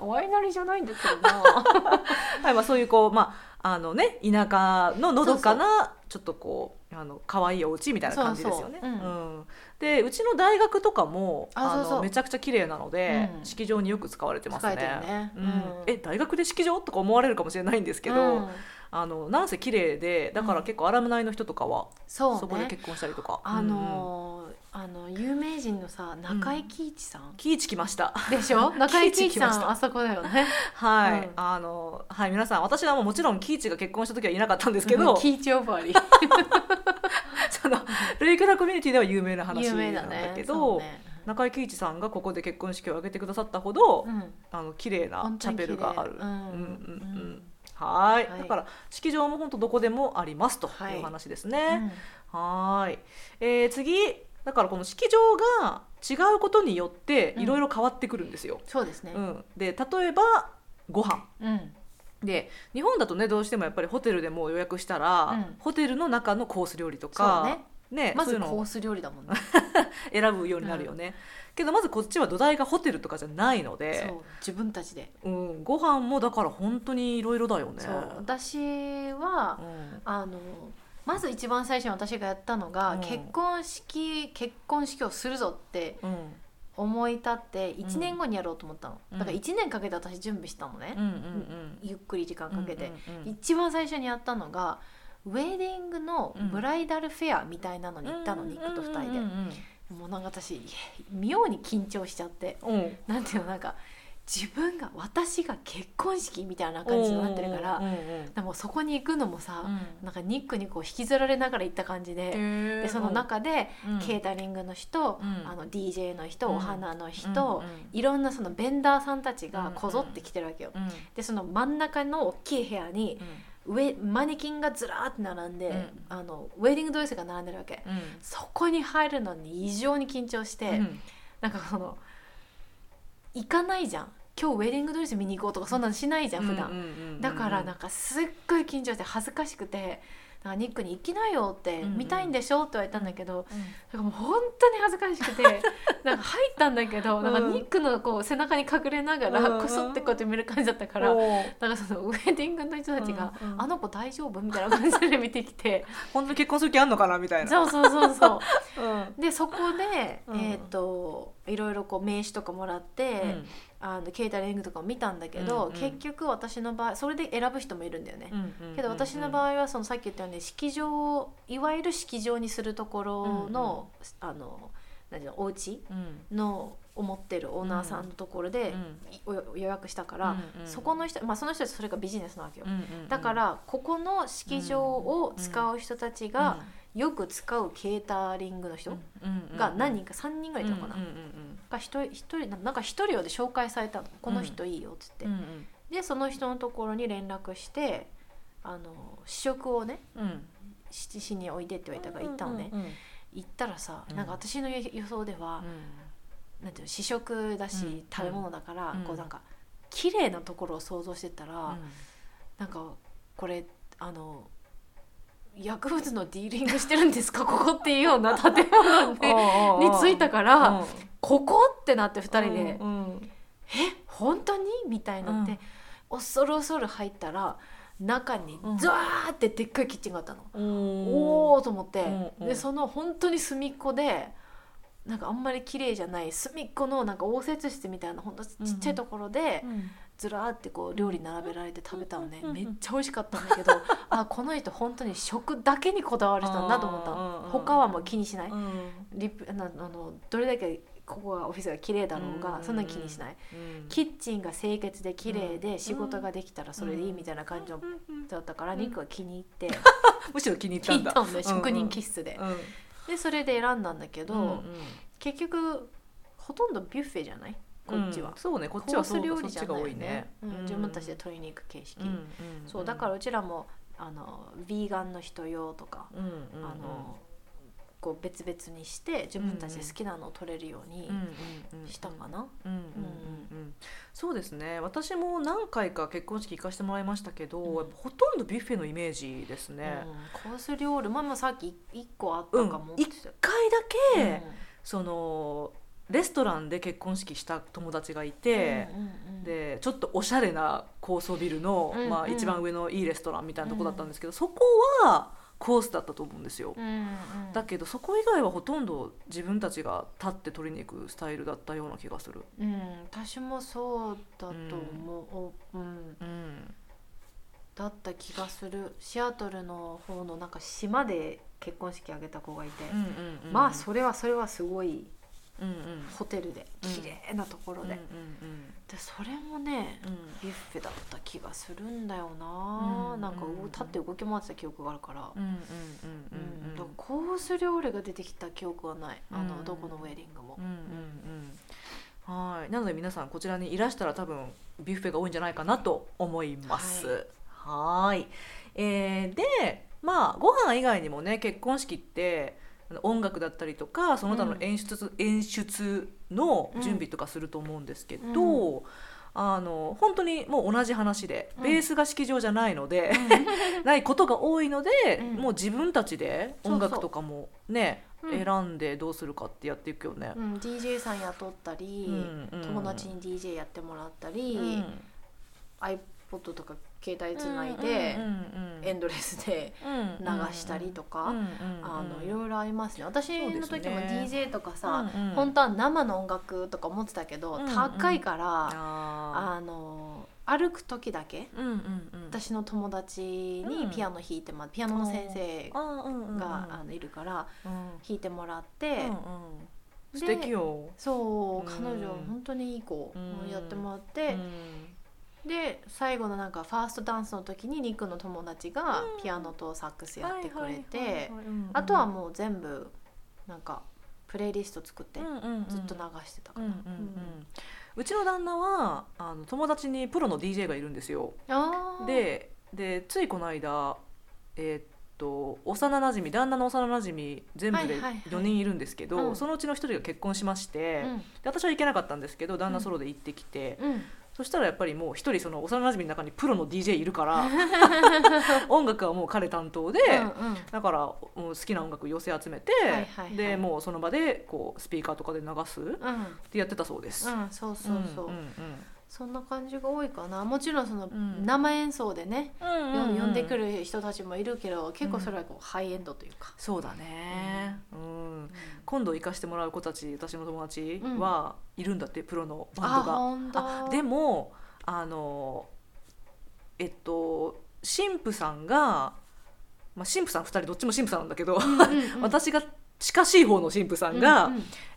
Speaker 2: ワイナリーじゃないんですけど な
Speaker 1: はいまあそういうこうまああのね田舎ののどかなちょっとこうあの可愛いお家みたいな感じですよね。
Speaker 2: そうそううん
Speaker 1: んでうちの大学とかも
Speaker 2: あそうそう
Speaker 1: のめちゃくちゃ綺麗なので、
Speaker 2: うん
Speaker 1: 式場によく使われてますね。
Speaker 2: 使えてるね
Speaker 1: うん
Speaker 2: うん
Speaker 1: え大学で式場とか思われるかもしれないんですけど、
Speaker 2: うん
Speaker 1: あのなんせ綺麗でだから結構アラムナイの人とかは
Speaker 2: そうね
Speaker 1: そこで結婚したりとか。
Speaker 2: あ
Speaker 1: うん
Speaker 2: のーあの有名人のさ中井貴一さん、
Speaker 1: キーチ来ました。
Speaker 2: でしょ 中井貴
Speaker 1: 貴一来
Speaker 2: 一さ
Speaker 1: まし
Speaker 2: ん
Speaker 1: た
Speaker 2: あそこだよね
Speaker 1: はい、
Speaker 2: うん
Speaker 1: あのはい皆さん私はもうもちろんキーチが結婚した時はいなかったんですけど、
Speaker 2: 貴一呼ばわり
Speaker 1: そのルイクラコミュニティでは有名な話
Speaker 2: 有名
Speaker 1: な
Speaker 2: だ
Speaker 1: ん
Speaker 2: ね
Speaker 1: だけ
Speaker 2: そう
Speaker 1: ど、
Speaker 2: ね
Speaker 1: 中井貴一さんがここで結婚式を挙げてくださったほど、
Speaker 2: うん
Speaker 1: あの綺麗なチャペルがある。
Speaker 2: うんう
Speaker 1: う
Speaker 2: ん
Speaker 1: んうん
Speaker 2: うん
Speaker 1: はい、
Speaker 2: はい
Speaker 1: だから式場も本当どこでもありますと
Speaker 2: はい
Speaker 1: いう話です
Speaker 2: う
Speaker 1: ね。
Speaker 2: ん
Speaker 1: はーい、えー次だからこの式場が違うことによっていろいろ変わってくるんですよ。
Speaker 2: そうですね
Speaker 1: うんで例えばご飯
Speaker 2: うん
Speaker 1: で日本だとねどうしてもやっぱりホテルでもう予約したら、
Speaker 2: うん
Speaker 1: ホテルの中のコース料理と
Speaker 2: そう
Speaker 1: か
Speaker 2: ね
Speaker 1: ね
Speaker 2: ま
Speaker 1: そうい
Speaker 2: ず
Speaker 1: うの
Speaker 2: コ
Speaker 1: を
Speaker 2: ース料理だもんね
Speaker 1: 選ぶようになるよね、けどまずこっちは土台がホテルとかじゃないので
Speaker 2: そう自分たちで
Speaker 1: う、ん、ご飯もだから本当にいろいろだよね。
Speaker 2: そう私は
Speaker 1: うん
Speaker 2: あのまず一番最初に私がやったのが、
Speaker 1: うん
Speaker 2: 結婚式結婚式をするぞって
Speaker 1: うん
Speaker 2: 思い立って1年後にやろうと思ったの、
Speaker 1: うん
Speaker 2: だから1年かけて私準備したのね
Speaker 1: うんう、ん
Speaker 2: ゆっくり時間
Speaker 1: うん
Speaker 2: かけて、
Speaker 1: うんうんうん
Speaker 2: 一番最初にやったのがウェディングのブライダルフェアみたいなのに行ったの、ニックと2人で、
Speaker 1: うんうん
Speaker 2: もうなんか私いえ妙に緊張しちゃって
Speaker 1: うんうん
Speaker 2: なんていうのなんか自分が私が結婚式みたいな
Speaker 1: うん
Speaker 2: 感じになってるから、
Speaker 1: うんうん
Speaker 2: でもそこに行くのもさ、
Speaker 1: う
Speaker 2: なんかニックにこう引きずられながら行った感じで,、
Speaker 1: ん、
Speaker 2: でその中で
Speaker 1: うん
Speaker 2: ケータリングの人、
Speaker 1: うん
Speaker 2: あの DJ の人、
Speaker 1: うん
Speaker 2: お花の
Speaker 1: う
Speaker 2: 人、
Speaker 1: ん
Speaker 2: いろんなそのベンダーさんたち
Speaker 1: う
Speaker 2: が
Speaker 1: ん
Speaker 2: こぞって来てるわけよ。
Speaker 1: うん
Speaker 2: でその真ん中の大きい部屋に上マネキンがずらーって並んで、
Speaker 1: うん
Speaker 2: あのウェディングドレスが並んでるわけ。
Speaker 1: うん
Speaker 2: そこに入るのに異常に緊張して、
Speaker 1: うん
Speaker 2: なんかその行かないじゃん今日ウェディングドレス見に行こうとかそんなのしないじゃん普段、
Speaker 1: うんうんうんうん
Speaker 2: だからなんかすっごい緊張して恥ずかしくて「なんかニックに行きなよ」って
Speaker 1: うんう
Speaker 2: 「
Speaker 1: ん
Speaker 2: 見たいんでしょ?」って言われたんだけど、
Speaker 1: うん
Speaker 2: なんかもう本当に恥ずかしく てなんか入ったんだけど、
Speaker 1: うん
Speaker 2: なんかニックのこう背中に隠れなが
Speaker 1: うんう
Speaker 2: ら
Speaker 1: ん
Speaker 2: こそってこうやって見る感じだったから。
Speaker 1: おー
Speaker 2: なんかそのウェディングの人たちが「
Speaker 1: うんうん
Speaker 2: あの子大丈夫?」みたいな感じで見てきて
Speaker 1: 本当に結婚する気あんのかなみたいな。
Speaker 2: そうそうそうそう
Speaker 1: うん
Speaker 2: でそこで、
Speaker 1: うん
Speaker 2: えっ、といろいろこう名刺とかもらって、あのケータリングとかも見たんだけど、
Speaker 1: うんうん
Speaker 2: 結局私の場合それで選ぶ人もいるんだよね。けど私の
Speaker 1: 合
Speaker 2: 場合はそのさっき言ったように式場をいわゆる式場にするところの、あの何ていうのお家の思ってるオーナーさんのところで、お予予約したから、そこの人、まあ、その人たちそれがビジネスなわけよ。だからここの式場を使う人たちがよく使うケータリングの人が何人か3人ぐらいいたのかな、が一人一人なんか一人用で紹介されたの「この人いいよ」っつって、でその人のところに連絡してあの試食をね七時においでって言われたから行ったのね、行ったらさ
Speaker 1: うん
Speaker 2: なんか私の予予想では、なんていうの試食だし、
Speaker 1: うん
Speaker 2: 食べ物だから、
Speaker 1: うん
Speaker 2: こうなんか綺麗なところを想像してたら、なんかこれあの薬物のディーリングしてるんですか ここっていうよう な建物にに着いたから、ここってなって2人で。え本当にみたいになって、
Speaker 1: うん
Speaker 2: 恐る恐る入ったら中にザーってでっかいキッチンがあったの、
Speaker 1: お
Speaker 2: おおと思って、
Speaker 1: うんうん
Speaker 2: でその本当に隅っこでなんかあんまり綺麗じゃない隅っこのなんか応接室みたいなほんとちっちゃいところで、ずらーってこう料理並べられて食べたの
Speaker 1: う
Speaker 2: ね、
Speaker 1: んうんうん
Speaker 2: めっちゃ美味しかったんだ けどあこの人本当に食だけにこだわる人なんだと思ったの他はもう気にしない、リップあのあのどれだけここがオフィスが綺麗だろうが、そんなに気にしないキッチンが清潔で綺麗
Speaker 1: うん
Speaker 2: で仕事ができたらそれでいいみたいな感じのだったから
Speaker 1: うん
Speaker 2: 肉は気に入 って
Speaker 1: むしろ気に入った
Speaker 2: 聞
Speaker 1: ん
Speaker 2: い
Speaker 1: だ
Speaker 2: たのね職人気質で
Speaker 1: うん
Speaker 2: でそれで選んだんだけ
Speaker 1: うん
Speaker 2: ど結局ほとんどビュッフェじゃないこっち
Speaker 1: う
Speaker 2: は
Speaker 1: んそうねこっちは
Speaker 2: コー
Speaker 1: そうだ
Speaker 2: ス料
Speaker 1: そ
Speaker 2: 理
Speaker 1: っ
Speaker 2: じ
Speaker 1: ち
Speaker 2: ゃ
Speaker 1: が
Speaker 2: な
Speaker 1: 多
Speaker 2: い
Speaker 1: い
Speaker 2: ね
Speaker 1: ね
Speaker 2: うん自分たちで鶏肉形式そうだからうちらもあのビーガンの人用とか
Speaker 1: うんうんうん
Speaker 2: あのこう別々にして自分たちで好きなのを取れるように
Speaker 1: うんうんうん
Speaker 2: したかな
Speaker 1: うんうんうんうんそうですね私も何回か結婚式行かせてもらいましたけど、
Speaker 2: うん
Speaker 1: やっぱほとんどビュッフェのイメージですね。
Speaker 2: うん、コース料理まあまあさっき1個あった
Speaker 1: うん
Speaker 2: かも、
Speaker 1: 一回だけ、
Speaker 2: うん
Speaker 1: そのレストランで結婚式した友達がいて、
Speaker 2: うんうんうん、
Speaker 1: でちょっとおしゃれな高層ビルの、
Speaker 2: うん
Speaker 1: まあ、
Speaker 2: うん
Speaker 1: 一番上のいいレストランみたいなとこだったんですけど、そこはコースだったと思うんですよ。
Speaker 2: うんうん、
Speaker 1: だけどそこ以外はほとんど自分たちが立って取りに行くスタイルだったような気がする。
Speaker 2: うん、私もそうだと思う、う
Speaker 1: う
Speaker 2: ん
Speaker 1: ん、
Speaker 2: だった気がするシアトルの方のなんか島で結婚式挙げた子がいて、
Speaker 1: うんうんうん
Speaker 2: まあそれはそれはすごい
Speaker 1: うんうん
Speaker 2: ホテルで
Speaker 1: うん
Speaker 2: 綺麗なところ
Speaker 1: う
Speaker 2: で,、
Speaker 1: んうん
Speaker 2: でそれもね
Speaker 1: うん
Speaker 2: ビュッフェだった気がするんだよな、
Speaker 1: うん
Speaker 2: なんか立って動き回ってた記憶があるから
Speaker 1: うんうんうんう
Speaker 2: う
Speaker 1: んうんん
Speaker 2: だからコース料理が出てきた記憶はないあ
Speaker 1: う
Speaker 2: の
Speaker 1: ん
Speaker 2: どこのウェディングも
Speaker 1: うんうんうんはいなので皆さんこちらにいらしたら多分ビュッフェが多いんじゃないかなと思います。はーいえーでまあご飯以外にもね結婚式ってあの音楽だったりとかその他の演出,、演出の準備とかすると思うんですけど、あの本当にもう同じ話で
Speaker 2: うん
Speaker 1: ベースが式場じゃないので、 ないことが多いので、
Speaker 2: うん
Speaker 1: もう自分たちで音楽とかもね
Speaker 2: そうそううん
Speaker 1: 選んでどうするかってやっていくよね。
Speaker 2: うん DJ さん雇ったり、友
Speaker 1: 友
Speaker 2: 達に DJ やってもらったり、
Speaker 1: うん
Speaker 2: iPod とか携帯つないで、
Speaker 1: うんうん
Speaker 2: エンドレスで流したりとか、
Speaker 1: うんうんうん
Speaker 2: あのいろいろありますね私の
Speaker 1: そうで
Speaker 2: 時
Speaker 1: す
Speaker 2: も
Speaker 1: ね
Speaker 2: DJ とかさ、
Speaker 1: うんうん
Speaker 2: 本当は生の音楽とか思ってたけど、
Speaker 1: うんうん
Speaker 2: 高いから、
Speaker 1: あ
Speaker 2: あの歩く時だけ
Speaker 1: ーうんうんうん
Speaker 2: 私の友達にピアノ弾いて、まピアノの先生が、
Speaker 1: あーうんうんうん
Speaker 2: あのいるから
Speaker 1: うん
Speaker 2: 弾いてもらって、
Speaker 1: うんうん
Speaker 2: で
Speaker 1: 素敵よ。
Speaker 2: そう
Speaker 1: うん
Speaker 2: 彼女本当にいい子
Speaker 1: うん
Speaker 2: やってもらって、で最後のなんかファーストダンスの時にリクの友達が
Speaker 1: うん
Speaker 2: ピアノとサックスやってくれて、あ
Speaker 1: あ
Speaker 2: とはもう全部なんかプレイリスト作ってずっと流
Speaker 1: 長
Speaker 2: してたか
Speaker 1: う
Speaker 2: ら、
Speaker 1: んうんうんうちの旦那はあの友達にプロの DJ がいるんですよ。
Speaker 2: あー、
Speaker 1: ででついこの間えーっと幼なじみ旦那の幼なじみ全部
Speaker 2: は
Speaker 1: で
Speaker 2: いはいはい
Speaker 1: 4人いるんですけど、
Speaker 2: うん
Speaker 1: そのうちの1人が結婚しまして、
Speaker 2: うん
Speaker 1: で私は行けなかったんですけど旦那ソロで行ってきて、
Speaker 2: うん、
Speaker 1: そしたらやっぱりもう1人その幼なじみの中にプロの DJ いるから 音楽はもう彼担当で。
Speaker 2: うんうん
Speaker 1: だからうん好きな音楽寄せ集めて、
Speaker 2: いはいはい
Speaker 1: でもうその場でこうスピーカーとかで流すっ
Speaker 2: うん
Speaker 1: てやってたそうです。
Speaker 2: うん、そうそうそう、
Speaker 1: ん
Speaker 2: そんな感じが多いかなもちろんその
Speaker 1: うん
Speaker 2: 生演奏でね、
Speaker 1: うん
Speaker 2: よ
Speaker 1: うん
Speaker 2: 呼んでくる人たちもいるけど結構それはこうハイエンドというか、
Speaker 1: そうだね、うん、今度行かしてもらう子たち私の友達
Speaker 2: うん
Speaker 1: はいるんだって、プロのバ
Speaker 2: あ
Speaker 1: ンドが。
Speaker 2: 本
Speaker 1: あ
Speaker 2: 当
Speaker 1: でもあのえっと神父さんが、まあ、神父さん2人どっちも神父さんなんだけど、 私が近しい方の神父さんが、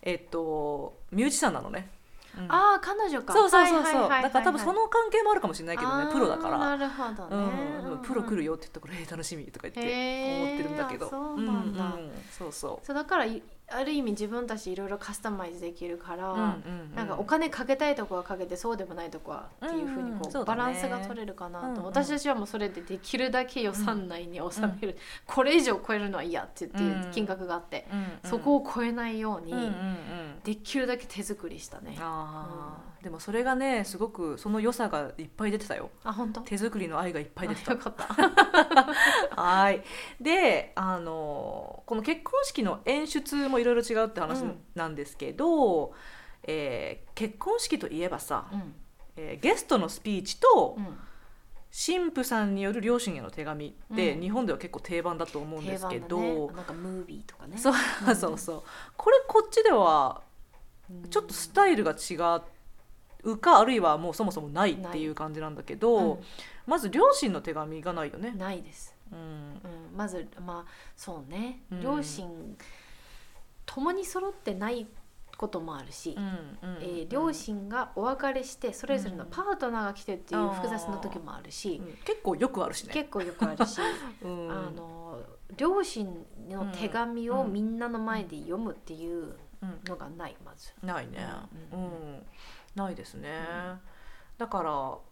Speaker 1: えっと、ミュージシャンなのね。うん
Speaker 2: ああ彼女か
Speaker 1: そうそうそう
Speaker 2: はい
Speaker 1: そ
Speaker 2: はいうはいはい
Speaker 1: だから多分その関係もあるかもしれないけど
Speaker 2: あ
Speaker 1: ね
Speaker 2: ー
Speaker 1: プロだから、
Speaker 2: なるほど
Speaker 1: う
Speaker 2: ね、
Speaker 1: んうん、プロ来る
Speaker 2: よ
Speaker 1: よって言ったから「えー楽しみ」とか言って
Speaker 2: へー
Speaker 1: 思ってるんだけど、
Speaker 2: あそうなんだ
Speaker 1: うんうんそうそ
Speaker 2: そうだからいある意味自分たちいろいろカスタマイズできるか
Speaker 1: う、
Speaker 2: ら、
Speaker 1: うんうんうん
Speaker 2: なんかお金かけたいとこはかけてそうでもないとこはっていうふうにこ
Speaker 1: うん
Speaker 2: う、
Speaker 1: そうだ
Speaker 2: バ
Speaker 1: ね
Speaker 2: ランスが取れるかなと、
Speaker 1: うんうん
Speaker 2: 私たちはもうそれでできるだけ予算内に収める、これ以上超えるのは嫌って言って
Speaker 1: うん
Speaker 2: 金額があって、
Speaker 1: うんうん
Speaker 2: そこを超えないように、
Speaker 1: うんうんうん
Speaker 2: できるだけ手作りしたね。
Speaker 1: あーでもそれがねすごくその良さがいっぱい出てたよ
Speaker 2: あ本当。
Speaker 1: 手作りの愛がいっぱい出て
Speaker 2: あ
Speaker 1: た
Speaker 2: よかった。
Speaker 1: はいであのこの結婚式の演出もいろいろ違うって話
Speaker 2: うん
Speaker 1: なんですけど、えー結婚式といえばさ、
Speaker 2: うん
Speaker 1: えーゲストのスピーチと
Speaker 2: うん
Speaker 1: 神父さんによる両親への手紙って
Speaker 2: うん
Speaker 1: 日本では結構定番だと思うんで
Speaker 2: 定
Speaker 1: すけ
Speaker 2: 番だ
Speaker 1: ど、
Speaker 2: ね。なんかムービーとかね。
Speaker 1: そう そうそうこれこっちでは
Speaker 2: うん
Speaker 1: ちょっとスタイルが違うかあるいはもうそもそもないっていう感じなんだけど、まず両親の手紙がないよ
Speaker 2: う
Speaker 1: ね
Speaker 2: ん。ないです。
Speaker 1: うん
Speaker 2: うん、まずまあそうね、
Speaker 1: うん
Speaker 2: 両親共に揃ってないこともあるし、
Speaker 1: うんうん
Speaker 2: えー両親がお別れしてそれぞれのパートナーが来てっていう複雑な時もあるし、
Speaker 1: うん結構よくあるしね。
Speaker 2: 結構よくあ るし、
Speaker 1: うん
Speaker 2: あの両親の手紙をみんなの前で読むっていう
Speaker 1: うん
Speaker 2: のがないまず。
Speaker 1: ないね、う
Speaker 2: うんん
Speaker 1: ないですね、だか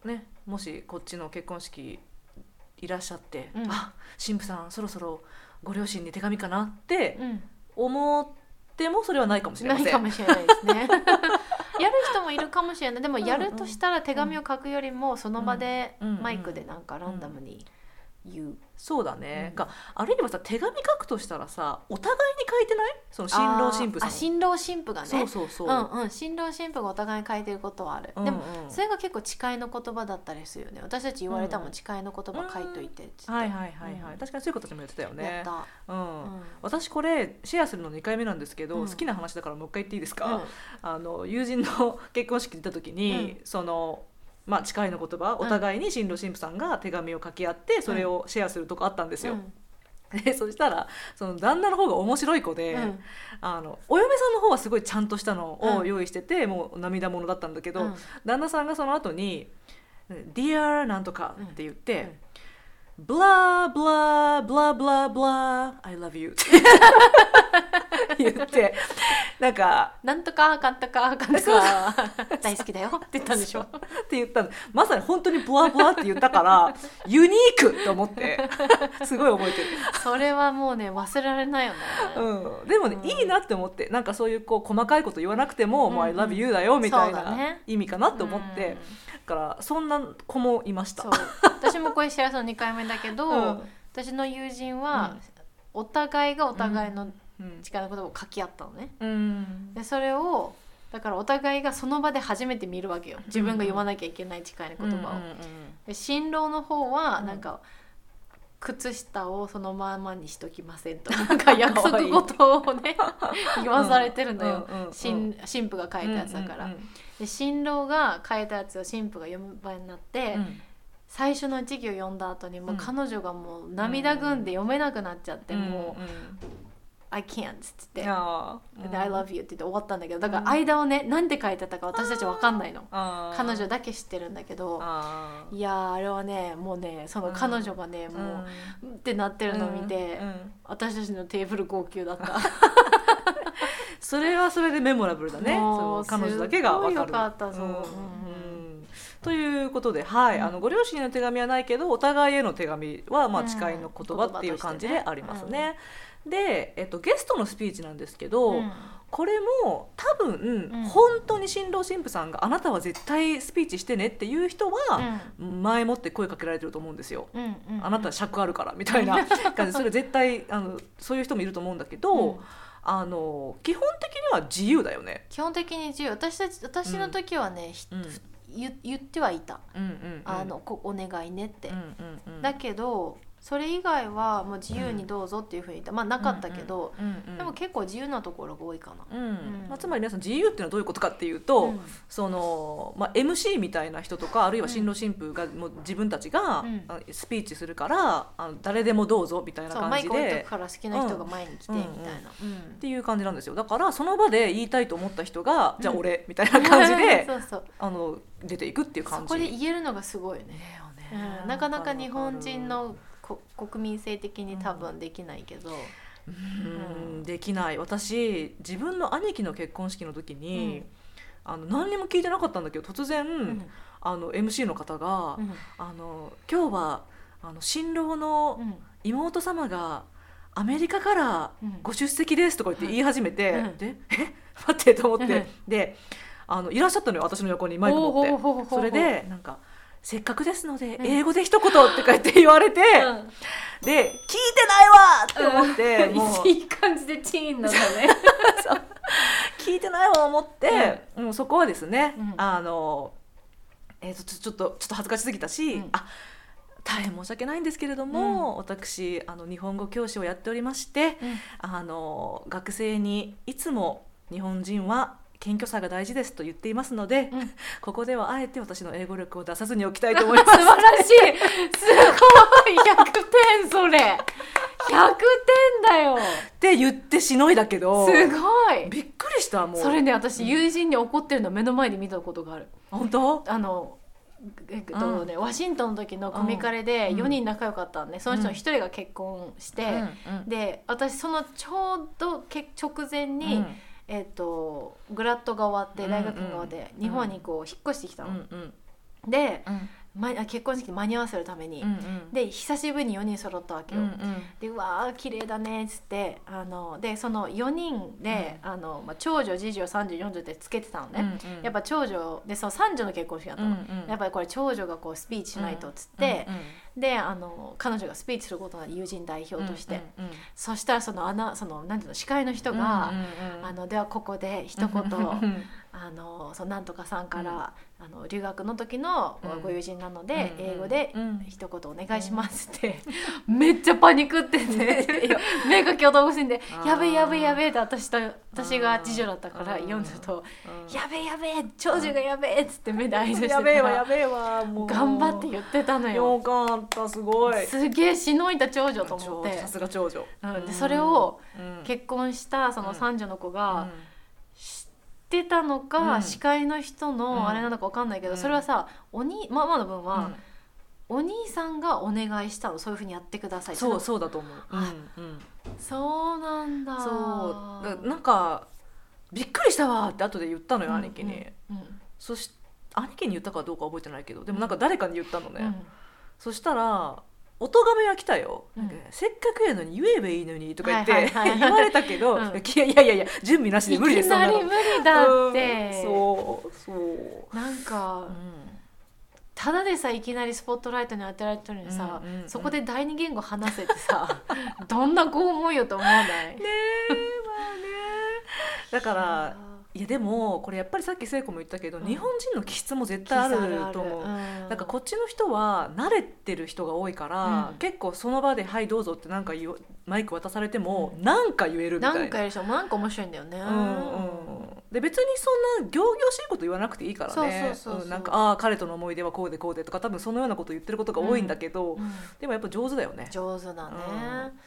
Speaker 1: らねもしこっちの結婚式いらっしゃって、
Speaker 2: うん
Speaker 1: あ神父さんそろそろご両親に手紙かなって
Speaker 2: うん
Speaker 1: 思ってもそれはないかもしれ
Speaker 2: な
Speaker 1: ま
Speaker 2: い
Speaker 1: せん
Speaker 2: かもしれないですね。 やる人もいるかもしれない。でもやるとしたら手紙を書くよりもその場で
Speaker 1: うん
Speaker 2: マイクでなんかランダムに言う。
Speaker 1: そうだね、
Speaker 2: うん
Speaker 1: かあるいはさ手紙書くとしたらさお互いに書いてないその新郎新婦さん
Speaker 2: あーあ新郎新婦がね。
Speaker 1: そうそうそう、
Speaker 2: うんうん。新郎新婦がお互いに書いてることはある。
Speaker 1: うんうん
Speaker 2: でもそれが結構誓いの言葉だったりするよね。私たち言われたも
Speaker 1: うんん
Speaker 2: 誓いの言葉書いといてって言って
Speaker 1: はいはいはいはい、
Speaker 2: うん
Speaker 1: 確かにそういう形もやってたよ
Speaker 2: やっ
Speaker 1: ね
Speaker 2: た。
Speaker 1: うん、
Speaker 2: うん
Speaker 1: 私これシェアするの2回目なんですけど、
Speaker 2: うん
Speaker 1: 好きな話だからもう一回言っていいです
Speaker 2: う
Speaker 1: か、
Speaker 2: ん
Speaker 1: あの友人の結婚式に行った時に、そのまあ誓いの言葉お互いに新郎新婦さんが手紙を書き合ってそれをシェアするとこあったんですよ、でそしたらその旦那の方が面白い子で、
Speaker 2: うん
Speaker 1: あのお嫁さんの方はすごいちゃんとしたの
Speaker 2: う
Speaker 1: を
Speaker 2: ん
Speaker 1: 用意してて、もう涙ものだったんだけど、
Speaker 2: うん
Speaker 1: 旦那さんがその後に「Dear なんとか」って言って、ブラブラブラブラブラ I love you って言ってなんか
Speaker 2: なんとかかんとかかんとか大好きだよって言ったんでしょ
Speaker 1: って言ったのまさに本当にブラブラって言った からユニークと思ってすごい覚えてる、
Speaker 2: それはもうね忘れられないよね、
Speaker 1: うん、でもね、
Speaker 2: うん
Speaker 1: いいなって思ってなんかそういうこう細かいこと言わなくても「もう
Speaker 2: うん
Speaker 1: I love you」だよみたい
Speaker 2: そうだ
Speaker 1: な
Speaker 2: ね
Speaker 1: 意味かなと思って、
Speaker 2: うん
Speaker 1: だからそんな子もいました
Speaker 2: そう私もこれシェアさん2回目だけど、
Speaker 1: うん
Speaker 2: 私の友人は、お互いがお互いの
Speaker 1: うん
Speaker 2: 力のことを書き合ったのね、
Speaker 1: うん
Speaker 2: でそれをだからお互いがその場で初めて見るわけよ自分が読まなきゃいけない誓いの言葉を、で新郎の方は
Speaker 1: うん
Speaker 2: なんか、靴下をそのままにしときませんとなんか 約
Speaker 1: かわ
Speaker 2: 束
Speaker 1: いい
Speaker 2: 事 をね言わされてるのよ、
Speaker 1: うんうんうん
Speaker 2: 新新婦が書いたやつだから、
Speaker 1: うんうん
Speaker 2: で新郎が書いたやつを新婦が読む場合になって、
Speaker 1: うんうん
Speaker 2: 最初の一行読んだ後にもううん彼女がもう涙ぐんで読めなくなっちゃって、もう
Speaker 1: うん
Speaker 2: 「I can't」っつっ
Speaker 1: う
Speaker 2: て
Speaker 1: ん、あー
Speaker 2: で I love you」って言って終わったんだけどだか
Speaker 1: うん
Speaker 2: ら間をね何て書いてたか私たち分かんないの
Speaker 1: あー
Speaker 2: 彼女だけ知ってるんだけど
Speaker 1: あー
Speaker 2: いやーあれはねもうねその彼女がね、もううんってなってるのを見て、
Speaker 1: うんうん
Speaker 2: 私たちのテーブル号泣だった
Speaker 1: それはそれでメモラブルだね
Speaker 2: もう
Speaker 1: その彼女だけが分かる
Speaker 2: すごいよかったそう
Speaker 1: うん
Speaker 2: うん
Speaker 1: うんということで、はいあのご両親への手紙はないけどお互いへの手紙は、ま
Speaker 2: う
Speaker 1: あ、
Speaker 2: ん
Speaker 1: 誓いの言葉っていう感じ
Speaker 2: 言
Speaker 1: で
Speaker 2: 葉としてね
Speaker 1: ありますね。で、えっと、ゲストのスピーチなんですけど、
Speaker 2: うん
Speaker 1: これも多分、
Speaker 2: うん
Speaker 1: 本当に新郎新婦さんがあなたは絶対スピーチしてねっていう人は、前もって声かけられてると思うんですよ。
Speaker 2: うんうんうん
Speaker 1: あなた尺あるからみたいな感じそれ絶対あのそういう人もいると思うんだけど、
Speaker 2: うん
Speaker 1: あの基本的には自由だよね。
Speaker 2: 基本的に自由私たち私の時はね、ひ
Speaker 1: うん
Speaker 2: 言言ってはいた
Speaker 1: うんうん
Speaker 2: あの、こお願いねって、
Speaker 1: うんうんうん、
Speaker 2: だけどそれ以外はもう自由にどうぞっていうふうに言ったまあなかったけど、
Speaker 1: うんうんうん
Speaker 2: でも結構自由なところが多いかな。
Speaker 1: うん
Speaker 2: うん
Speaker 1: まあ、つまり皆さん自由っていうのはどういうことかっていうと、
Speaker 2: うん
Speaker 1: そのまあ、MC みたいな人とかあるいは新郎新婦がもう自分たちが、
Speaker 2: うん
Speaker 1: あのスピーチするからあの誰でもどうぞみたいな
Speaker 2: そうマ
Speaker 1: 感
Speaker 2: イ
Speaker 1: じ
Speaker 2: ク置いと
Speaker 1: で
Speaker 2: く。から好きな人が前に来
Speaker 1: う
Speaker 2: て
Speaker 1: ん
Speaker 2: みたいな。うん
Speaker 1: っていう感じなんですよだからその場で言いたいと思った人が、じゃあ
Speaker 2: うん
Speaker 1: 俺みたいな感じで
Speaker 2: そうそう
Speaker 1: あの出ていくっていう
Speaker 2: そ
Speaker 1: 感じ
Speaker 2: こで言えるのがすごいよね。
Speaker 1: ねえ
Speaker 2: う
Speaker 1: よね
Speaker 2: んなかなか日本人のこ国民性的に多分できないけど、
Speaker 1: うんできない私自分の兄貴の結婚式の時に、あの何にも聞いてなかったんだけど突然、
Speaker 2: うん
Speaker 1: あの MC の方が「
Speaker 2: うん
Speaker 1: あの今日はあの新郎の妹様がアメリカから
Speaker 2: うん
Speaker 1: ご出席です」とか言って言い始めて、
Speaker 2: うん
Speaker 1: で「え 待って」と思って、
Speaker 2: うん
Speaker 1: であのいらっしゃったのよ私の横にマイク持って。
Speaker 2: ほうほうほうほうほう
Speaker 1: それでなんかせっかくですので
Speaker 2: うん
Speaker 1: 英語で一言って書いて言われて、
Speaker 2: うん
Speaker 1: で聞いてないわって思って、 もう
Speaker 2: いい感じでチーンなんだね。
Speaker 1: 聞いてないわ思って、もうそこはですね、
Speaker 2: うん
Speaker 1: あの、えー、とちょちょっとちょっと恥ずかしすぎたし、
Speaker 2: うん
Speaker 1: あ大変申し訳ないんですけれども、私あの日本語教師をやっておりましてあの学生にいつも日本人は謙虚さが大事ですと言っていますので、
Speaker 2: うん
Speaker 1: ここではあえて私の英語力を出さずにおきたいと思います
Speaker 2: 素。晴らしいすごい100点それ100点だよ
Speaker 1: って言ってしのいだけど
Speaker 2: すごい
Speaker 1: びっくりしたもう
Speaker 2: それね私友人に怒ってるの目の前で見たことがある
Speaker 1: 本当
Speaker 2: あのえっとね、ワシントンの時のコミカレで
Speaker 1: うん
Speaker 2: 4人仲良かったんで、その人の1人が結婚して、で私そのちょうどけ直前に、えっとグラッドが終わって大学院が終わって、
Speaker 1: うん
Speaker 2: 日本にこう引っ越してきた
Speaker 1: う
Speaker 2: の、
Speaker 1: んうん
Speaker 2: で、
Speaker 1: うん
Speaker 2: ま、あ結婚式に間に合わせるために、
Speaker 1: うん
Speaker 2: で久しぶりに4人揃ったわけ
Speaker 1: うん
Speaker 2: よ、
Speaker 1: うん
Speaker 2: でうわー綺麗だねっつってあのでその4人で、あのまあ、長女次女三女四女ってつけてたのね、
Speaker 1: うんうん
Speaker 2: やっぱ長女でその三女の結婚式だった
Speaker 1: う
Speaker 2: の、
Speaker 1: んうん
Speaker 2: やっぱりこれ長女がこうスピーチしないとっつって、
Speaker 1: うんうん
Speaker 2: であの彼女がスピーチすることなの友人代表として、
Speaker 1: うんうん
Speaker 2: そしたらそのアナそのなんていうの司会の人
Speaker 1: う
Speaker 2: が、
Speaker 1: んうんうん
Speaker 2: あのではここで一 言、
Speaker 1: うん
Speaker 2: あのそのなんとかさんから、あの留学の時のご友人なので、
Speaker 1: うん
Speaker 2: 英語で
Speaker 1: うん
Speaker 2: 一言お願いしますって、めっちゃパニックってね 目が共同越しんで
Speaker 1: あ
Speaker 2: 「
Speaker 1: ー
Speaker 2: やべえやべえやべえ」って私と私が次女だったから
Speaker 1: あー
Speaker 2: 読んだと
Speaker 1: うん
Speaker 2: 「やべえやべえ長女がやべえ」っつって目で合図してた
Speaker 1: やべえわやべえわもう
Speaker 2: 頑張って言ってたのよ
Speaker 1: よかったすごい
Speaker 2: すげえしのいだ長女と思って
Speaker 1: さ、すが長女
Speaker 2: うん、でそれを
Speaker 1: うん
Speaker 2: 結婚したその三女の子が、
Speaker 1: うん
Speaker 2: 知ってたのか、
Speaker 1: うん
Speaker 2: 司会の人
Speaker 1: うん
Speaker 2: のあれなのかわかんないけど、
Speaker 1: うん
Speaker 2: それはさおにママの分
Speaker 1: う
Speaker 2: は
Speaker 1: ん、
Speaker 2: お兄さんがお願いしたのそういうふうにやってください
Speaker 1: そう
Speaker 2: そ
Speaker 1: そうだと思う、
Speaker 2: は
Speaker 1: うんうん、
Speaker 2: そうなんだ
Speaker 1: そうだなんかびっくりしたわって後で言ったのよ、兄貴に、
Speaker 2: うん
Speaker 1: そし兄貴に言ったかどうか覚えてないけどでもなんか誰かに言ったのね、
Speaker 2: うん
Speaker 1: そしたら「お咎めが来たよ」
Speaker 2: うん
Speaker 1: なんかせっかくやのに言えばいいのに」とか言って、
Speaker 2: はいはいはい
Speaker 1: 言われたけど、
Speaker 2: うん
Speaker 1: いやいやいやいや準備なしで無理です
Speaker 2: いきなり
Speaker 1: そん
Speaker 2: 無
Speaker 1: なの
Speaker 2: 理だって
Speaker 1: うん、そうそう、
Speaker 2: なんか、ただでさいきなりスポットライトに当てられてるのにさ、
Speaker 1: うんうんうん
Speaker 2: そこで第二言語話せってさどんな拷問よと思わない
Speaker 1: ねえまあね だからいやでもこれやっぱりさっき聖子も言ったけど、
Speaker 2: うん
Speaker 1: 日本人の気質も絶対あると思う。なんかこっちの人は慣れてる人が多いから、
Speaker 2: うん
Speaker 1: 結構その場で「はいどうぞ」ってなんか言うマイク渡されても、
Speaker 2: うん
Speaker 1: なんか言えるみたいな
Speaker 2: なんかやる人もなんか面白いんだよね、
Speaker 1: うんうんで別にそんな仰々しいこと言わなくていいからね
Speaker 2: そうそうそうそう
Speaker 1: うんなんか「ああ彼との思い出はこうでこうで」とか多分そのようなこと言ってることが多いんだけど、
Speaker 2: うん
Speaker 1: でもやっぱ上手だよね。
Speaker 2: 上手だね、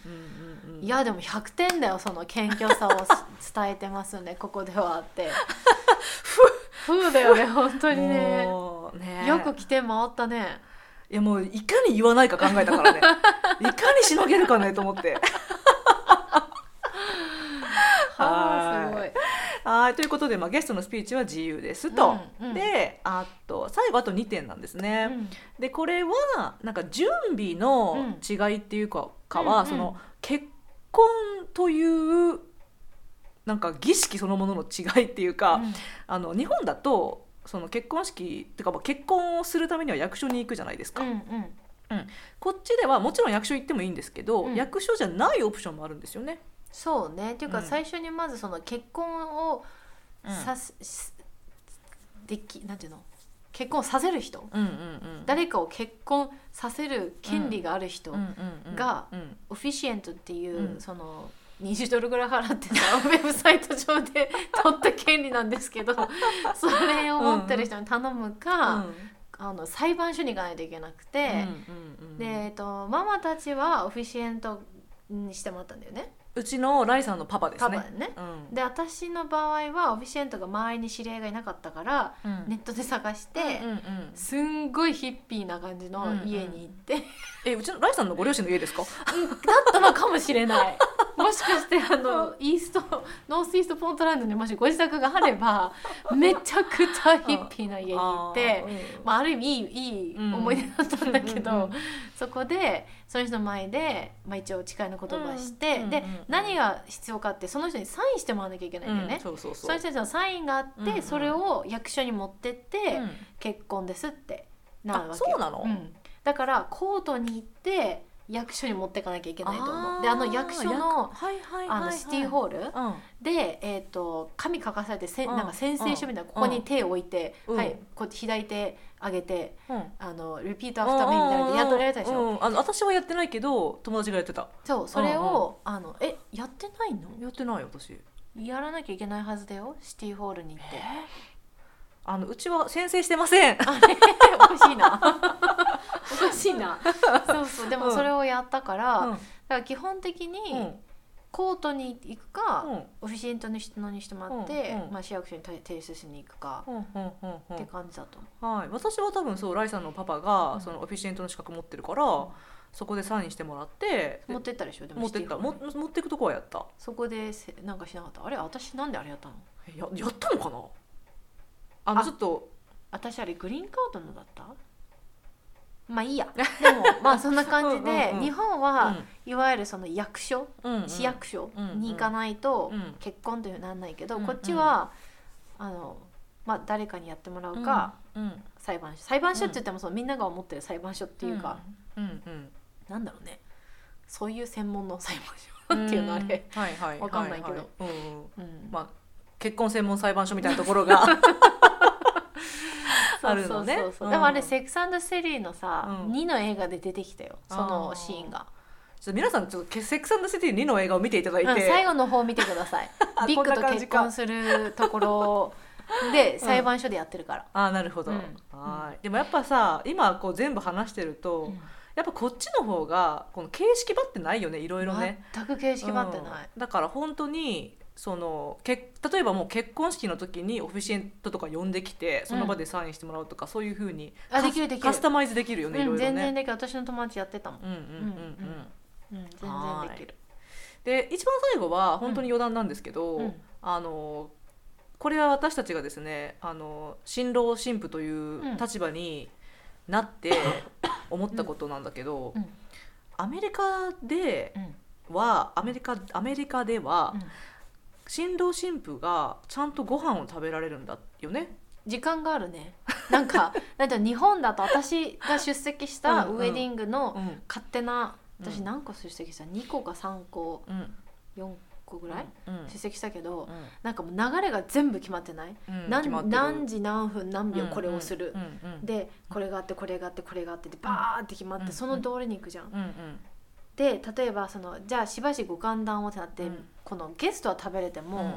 Speaker 1: うんうんうんうん
Speaker 2: いやでも100点だよその謙虚さを伝えてますねここではって ふふうだよね本当にね
Speaker 1: もうね
Speaker 2: よく来て回ったね
Speaker 1: いやもういかに言わないか考えたからねいかにしのげるかねと思って。
Speaker 2: はあすごい
Speaker 1: はいということで、まあ、ゲストのスピーチは自由ですと。
Speaker 2: うんうん
Speaker 1: であと最後あと2点なんですね。
Speaker 2: うん
Speaker 1: でこれはなんか準備の違いっていうか,、か
Speaker 2: うん
Speaker 1: は、
Speaker 2: うん
Speaker 1: その結婚というなんか儀式そのものの違いっていうか、
Speaker 2: うん
Speaker 1: あの日本だとその結婚式っていうかまあ結婚をするためには役所に行くじゃないですか、
Speaker 2: うんうん
Speaker 1: こっちではもちろん役所行ってもいいんですけど、
Speaker 2: うん
Speaker 1: 役所じゃないオプションもあるんですよね。
Speaker 2: そうねっていうか
Speaker 1: うん
Speaker 2: 最初にまずその結婚をさす、すできなんていうの結婚させる人
Speaker 1: うんうんうん
Speaker 2: 誰かを結婚させる権利がある人、が
Speaker 1: うんうんうん
Speaker 2: オフィシエントっていう、
Speaker 1: うん
Speaker 2: その20ドルぐらい払ってさ ウェブサイト上 で取った権利なんですけどそれを持ってる人に頼むか、あの裁判所に行かないといけなく
Speaker 1: うん
Speaker 2: て、
Speaker 1: うんうん
Speaker 2: で、えっと、ママたちはオフィシエントにしてもらったんだよね
Speaker 1: うちのライさんのパパです
Speaker 2: パ
Speaker 1: ね
Speaker 2: パ。ね。
Speaker 1: うん
Speaker 2: で私の場合はオフィシエントが周りに知り合いがいなかったから、
Speaker 1: うん
Speaker 2: ネットで探して、
Speaker 1: うんうんうん
Speaker 2: すんごいヒッピーな感じの家に行って、
Speaker 1: えうちのライさんのご両親の家ですか？
Speaker 2: だったのかもしれない もしかしてあのイーストノースイーストポートランドにもしご自宅があれ ばめちゃくちゃヒッピーな家に行って
Speaker 1: あ。ー
Speaker 2: まあ、ある意味いいいい思い出だったんだけど、
Speaker 1: うんうんうん
Speaker 2: そこでその人の前で、まあ、一応誓いの言葉して、
Speaker 1: うん
Speaker 2: で、
Speaker 1: うんうんうん
Speaker 2: 何が必要かってその人にサインしてもらわなきゃいけないんだよね
Speaker 1: うん、そうそう
Speaker 2: そ
Speaker 1: そう。
Speaker 2: の人たちのサインがあって、
Speaker 1: うんうん
Speaker 2: それを役所に持ってって、
Speaker 1: うん
Speaker 2: 結婚ですってなるわけ
Speaker 1: あそうなの
Speaker 2: んだからコートに行って役所に持っていかなきゃいけないと思
Speaker 1: ー
Speaker 2: うであの役所の
Speaker 1: 役はいはいはいはい
Speaker 2: あのシティホール
Speaker 1: うん
Speaker 2: で、えー、と紙書かされてせん
Speaker 1: うん
Speaker 2: なんか宣誓書みたいなここに手を置いて、
Speaker 1: うん
Speaker 2: はい、こう左手上げて
Speaker 1: うん。
Speaker 2: あのリピートアフターメイみたいなのでやっとやれたでしょ、
Speaker 1: うんうんあの私はやってないけど友達がやってた。
Speaker 2: そうそれを、あのえやってないの
Speaker 1: やってないよ私。
Speaker 2: やらなきゃいけないはずだよシティホールに行って
Speaker 1: あのうちは宣誓してません。
Speaker 2: あれ おかし いなおかしいなそうそうでもそれをやったから、
Speaker 1: うん
Speaker 2: だから基本的に、コートに行くか、
Speaker 1: うん
Speaker 2: オフィシエントの人にしてもらって、
Speaker 1: うんうん
Speaker 2: まあ、市役所に提出しに行くか、
Speaker 1: うんうんうんうん
Speaker 2: って感じだと思
Speaker 1: はい、私は多分そうライさんのパパが、
Speaker 2: うん
Speaker 1: そのオフィシエントの資格持ってるから、そこでサインしてもらって
Speaker 2: う持っ
Speaker 1: で
Speaker 2: てったでしょでも
Speaker 1: 持ってった
Speaker 2: シティ
Speaker 1: も
Speaker 2: ホール
Speaker 1: 持っていくとこはやった
Speaker 2: そこでせなんかしなかったあれ私なんであれやったの
Speaker 1: えややったのかなあの
Speaker 2: あ
Speaker 1: ちょっと
Speaker 2: 私あれグリーンカードのだったまあい いやでもまあそんな感じで
Speaker 1: うんうんうん
Speaker 2: 日本は、いわゆるその役所、
Speaker 1: うんうん
Speaker 2: 市役所に行かないと
Speaker 1: うん
Speaker 2: 結婚というのはなんないけど、
Speaker 1: うんうん
Speaker 2: こっちはあの、まあ、誰かにやってもらうか、
Speaker 1: うんうん、っ
Speaker 2: 裁判所裁判所って言ってもそのみんなが思ってる裁判所っていうか、、
Speaker 1: うんうん
Speaker 2: なんだろうねそういう専門の裁
Speaker 1: う
Speaker 2: 判所
Speaker 1: ん、
Speaker 2: っていうのあれ、
Speaker 1: はいはいはい
Speaker 2: わかんないけど
Speaker 1: はうんうん
Speaker 2: うん
Speaker 1: まあ結婚専門裁判所みたいなところ があるのね
Speaker 2: そうそうそう
Speaker 1: うん
Speaker 2: でもあれ「セックスセリー」のさ、
Speaker 1: うん
Speaker 2: 2の映画で出てきたよそ
Speaker 1: あ
Speaker 2: の
Speaker 1: ー
Speaker 2: シーンが、
Speaker 1: ちょっと皆さんちょっと「セックスシティ2」の映画を見ていただいて、
Speaker 2: うん最後の方見てください
Speaker 1: あ
Speaker 2: ビッグ
Speaker 1: こん
Speaker 2: と
Speaker 1: な感じ
Speaker 2: 結
Speaker 1: か
Speaker 2: 婚するところで裁判所でやってるから、
Speaker 1: あーなるほど、
Speaker 2: うん
Speaker 1: はいでもやっぱさ今こう全部話してると、やっぱこっちの方がこの形式ばってないよねいろいろね。
Speaker 2: 全く形式ばってない、
Speaker 1: うんだから本当にそのけ例えばもう結婚式の時にオフィシエントとか呼んできてその場でサインしてもらうとか、そういうふうに
Speaker 2: あで
Speaker 1: カ
Speaker 2: きるできる
Speaker 1: カスタマイズできるよね、いろ
Speaker 2: う
Speaker 1: いろ
Speaker 2: ん、全然
Speaker 1: ね。
Speaker 2: できる私の友達やってたもん、
Speaker 1: うんうんうん
Speaker 2: うんう
Speaker 1: うんん
Speaker 2: うん、全
Speaker 1: は
Speaker 2: 然
Speaker 1: ーい
Speaker 2: できる
Speaker 1: で一番最後は本当に余談なんですけど、
Speaker 2: うん
Speaker 1: あのこれは私たちがですねあの新郎新婦という立場になって思ったことなんだけど、
Speaker 2: うん
Speaker 1: アメリカで
Speaker 2: うん
Speaker 1: はアメリカアメリカでは、
Speaker 2: うん
Speaker 1: 新郎新婦がちゃんとご飯を食べられるんだよね。
Speaker 2: 時間があるねな んかなんていうの日本だと私が出席した
Speaker 1: うんうん
Speaker 2: ウェディングの
Speaker 1: うん
Speaker 2: 勝手な
Speaker 1: うん
Speaker 2: 私何個出席した2個か3個
Speaker 1: うん
Speaker 2: 4個ぐらい、
Speaker 1: うんうん
Speaker 2: 出席したけどなんかもう流れが全部決まってない、
Speaker 1: うん
Speaker 2: 何
Speaker 1: 決まってる
Speaker 2: 何時何分何秒これをする、
Speaker 1: うんうんうん
Speaker 2: でこれがあってこれがあってこれがあってでバーって決まって、
Speaker 1: うん
Speaker 2: その通りに行くじゃん。
Speaker 1: うんうん
Speaker 2: で例えばそのじゃあしばしご歓談をってなって、
Speaker 1: うん
Speaker 2: このゲストは食べれても、
Speaker 1: うんうん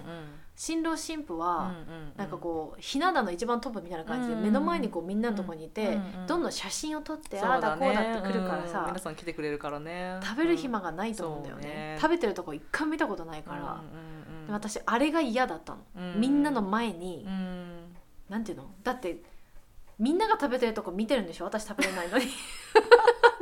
Speaker 2: 新郎新婦は、なんかこうひな壇の一番トップみたいな感じで、
Speaker 1: うん
Speaker 2: 目の前にこうみんなのとこにい
Speaker 1: う
Speaker 2: て、
Speaker 1: んうん
Speaker 2: どんどん写真を撮って、
Speaker 1: そう
Speaker 2: ああ
Speaker 1: だ
Speaker 2: だこうだって
Speaker 1: ね
Speaker 2: くるから
Speaker 1: うん
Speaker 2: さ
Speaker 1: 皆、さん来てくれるからね
Speaker 2: 食べる暇がないと思うんだよね,、
Speaker 1: うんそうね
Speaker 2: 食べてるとこ一回見たことないから、
Speaker 1: うん
Speaker 2: で私あれが嫌だったの、みんなの前に、
Speaker 1: うん
Speaker 2: なんていうのだってみんなが食べてるとこ見てるんでしょ私食べれない のにっ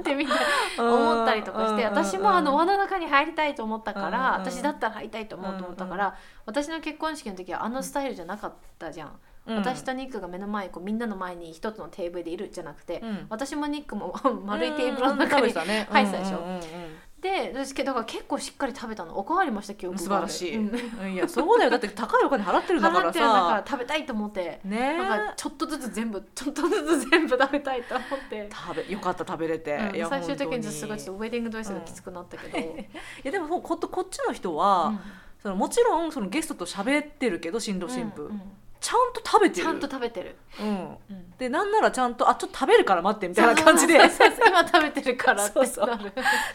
Speaker 2: てみんな思ったりとかして
Speaker 1: うんうんうん
Speaker 2: 私もあの輪の中に入りたいと思ったか
Speaker 1: う
Speaker 2: ら
Speaker 1: んうん
Speaker 2: 私だったら入りたいと思うと思ったから私の結婚式の時はあのスタイルじゃなかったじゃん
Speaker 1: うん
Speaker 2: 私とニックが目の前にこうみんなの前に一つのテーブルでいるじゃなくて
Speaker 1: うん
Speaker 2: 私もニックも 丸いテーブルの中
Speaker 1: うん食べ
Speaker 2: に
Speaker 1: てたね
Speaker 2: 入ってたでしょ
Speaker 1: うんうんうん
Speaker 2: で私だから結構しっかり食べたのおかわりもした記
Speaker 1: うん
Speaker 2: 憶
Speaker 1: 素
Speaker 2: があ
Speaker 1: 晴
Speaker 2: る
Speaker 1: らしい、
Speaker 2: うん
Speaker 1: うんいやそうだよだって高いお金払ってるんだか
Speaker 2: 払
Speaker 1: ら
Speaker 2: ってるんだか
Speaker 1: さ
Speaker 2: ら食べたいと思って
Speaker 1: ね
Speaker 2: なんかちょっとずつ全部ちょっとずつ全部食べたいと思って、
Speaker 1: 食べよかった食べれて、い
Speaker 2: うん
Speaker 1: や
Speaker 2: 最終的
Speaker 1: 本
Speaker 2: に
Speaker 1: 当
Speaker 2: すごいちょっとウェディングドレスがきつくなったけど、
Speaker 1: んいやでもそうここっちの人は、そのもちろんそのゲストと喋ってるけど新郎新婦、
Speaker 2: うんうん
Speaker 1: ちゃんと食べて
Speaker 2: ち
Speaker 1: る
Speaker 2: ゃんと、食べてる、
Speaker 1: うん、
Speaker 2: うん
Speaker 1: でなんならちゃんとあちょっと食べるから待ってみたいな感じで
Speaker 2: そうそうそう今食べてるからってなる
Speaker 1: そうそう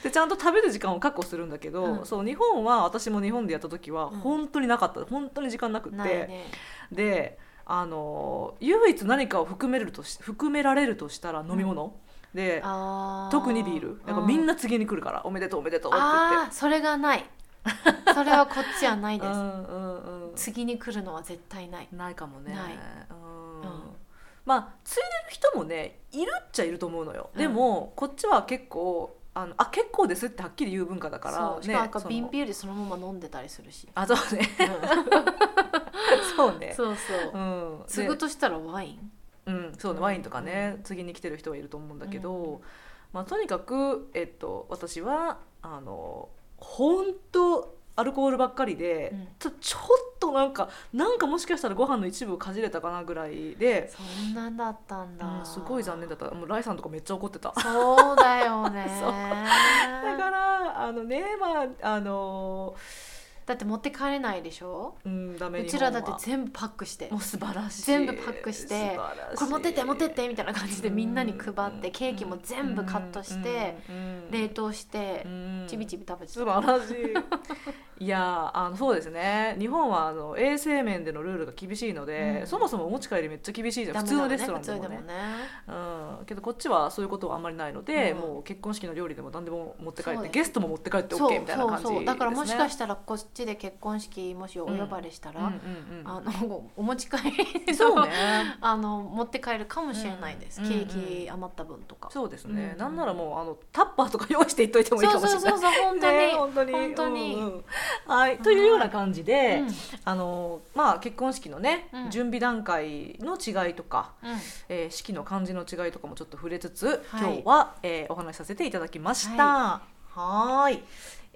Speaker 1: でちゃんと食べる時間を確保するんだけど、
Speaker 2: うん
Speaker 1: そう日本は私も日本でやった時は
Speaker 2: うん
Speaker 1: 本当になかった、本当に時間なくって、
Speaker 2: ないね
Speaker 1: であの唯一何かを含めるとし含められるとしたら飲み物、で
Speaker 2: あー
Speaker 1: 特にビールなんかみんな次に来るから「おめでとうおめでとう」って言っ
Speaker 2: あ
Speaker 1: て
Speaker 2: ーそれがないそれはこっちはないで
Speaker 1: う
Speaker 2: す
Speaker 1: んうんうん
Speaker 2: 次に来るのは絶対ない
Speaker 1: ないかもね
Speaker 2: ない
Speaker 1: うん
Speaker 2: うん
Speaker 1: まあついでる人もねいるっちゃいると思うのよ、
Speaker 2: うん
Speaker 1: でもこっちは結構あのあ結構ですってはっきり言う文化だから
Speaker 2: そうしかもなんか
Speaker 1: その
Speaker 2: 瓶ビールでそのまま飲んでたりするし、
Speaker 1: あそう ね
Speaker 2: う
Speaker 1: そうね、
Speaker 2: んそうそううん継ぐとしたらワイン
Speaker 1: でうん、そうね
Speaker 2: うん
Speaker 1: ワインとかね、次に来てる人はいると思うんだけど、まあ、とにかく、えっと、私はあの本当アルコールばっかりで、
Speaker 2: うん
Speaker 1: ちょちょっとなんかなんかもしかしたらご飯の一部をかじれたかなぐらいで、
Speaker 2: そんなんだったんだ、
Speaker 1: うんすごい残念だったもうライさんとかめっちゃ怒ってた。
Speaker 2: そうだよね
Speaker 1: そうだからあのねまああの
Speaker 2: だって持って帰れないでしょ
Speaker 1: うんダメ
Speaker 2: う
Speaker 1: 日
Speaker 2: ち
Speaker 1: 本は
Speaker 2: らだって全部パックして
Speaker 1: もう
Speaker 2: こ
Speaker 1: 素晴らしい
Speaker 2: 全部パックして
Speaker 1: 素晴らしい
Speaker 2: れ持ってって持ってってみたいな感じでみんなに配ってケーキも全部カットして冷
Speaker 1: 凍
Speaker 2: 凍してちびち
Speaker 1: び
Speaker 2: び食べて
Speaker 1: 素
Speaker 2: た
Speaker 1: 晴らしいいやーあのそうですね日本はあの衛生面でのルールが厳しいので、
Speaker 2: うん
Speaker 1: そもそもお持ち帰りめっちゃ厳しいじゃん、
Speaker 2: ダ
Speaker 1: 普
Speaker 2: メ
Speaker 1: 通
Speaker 2: だも
Speaker 1: の
Speaker 2: んね
Speaker 1: レストランでも
Speaker 2: 普通
Speaker 1: ね
Speaker 2: でもね
Speaker 1: うん、けどこっちはそういうことはあんまりないので、
Speaker 2: うん
Speaker 1: もう結婚式の料理でも何でも持って帰っ
Speaker 2: そう
Speaker 1: て
Speaker 2: です
Speaker 1: ゲストも持って帰って
Speaker 2: そう
Speaker 1: OK みたいな感じです、ね、
Speaker 2: そうそうだからもしかしたらこっちで結婚式もしお呼ばれしたら、
Speaker 1: うんうんうん
Speaker 2: あのお持ち帰り
Speaker 1: そう
Speaker 2: の、
Speaker 1: ね
Speaker 2: あの持って帰るかもしれないです、
Speaker 1: うん
Speaker 2: ケーキ余った分とか、
Speaker 1: そうですね、
Speaker 2: うん
Speaker 1: なんならもうあのタッパーとか用意していっといてもいい
Speaker 2: そ
Speaker 1: か
Speaker 2: う
Speaker 1: もし
Speaker 2: そ
Speaker 1: れな
Speaker 2: うそ
Speaker 1: いう
Speaker 2: そう本当に、
Speaker 1: ね本当に
Speaker 2: 本当に
Speaker 1: うんうんはいというような感じで、
Speaker 2: うん
Speaker 1: あのまあ、結婚式のね、
Speaker 2: うん
Speaker 1: 準備段階の違いとか、
Speaker 2: うん
Speaker 1: えー式の漢字の違いとかもちょっと触れつつ、
Speaker 2: はい
Speaker 1: 今日は、えーお話しさせていただきました。はーい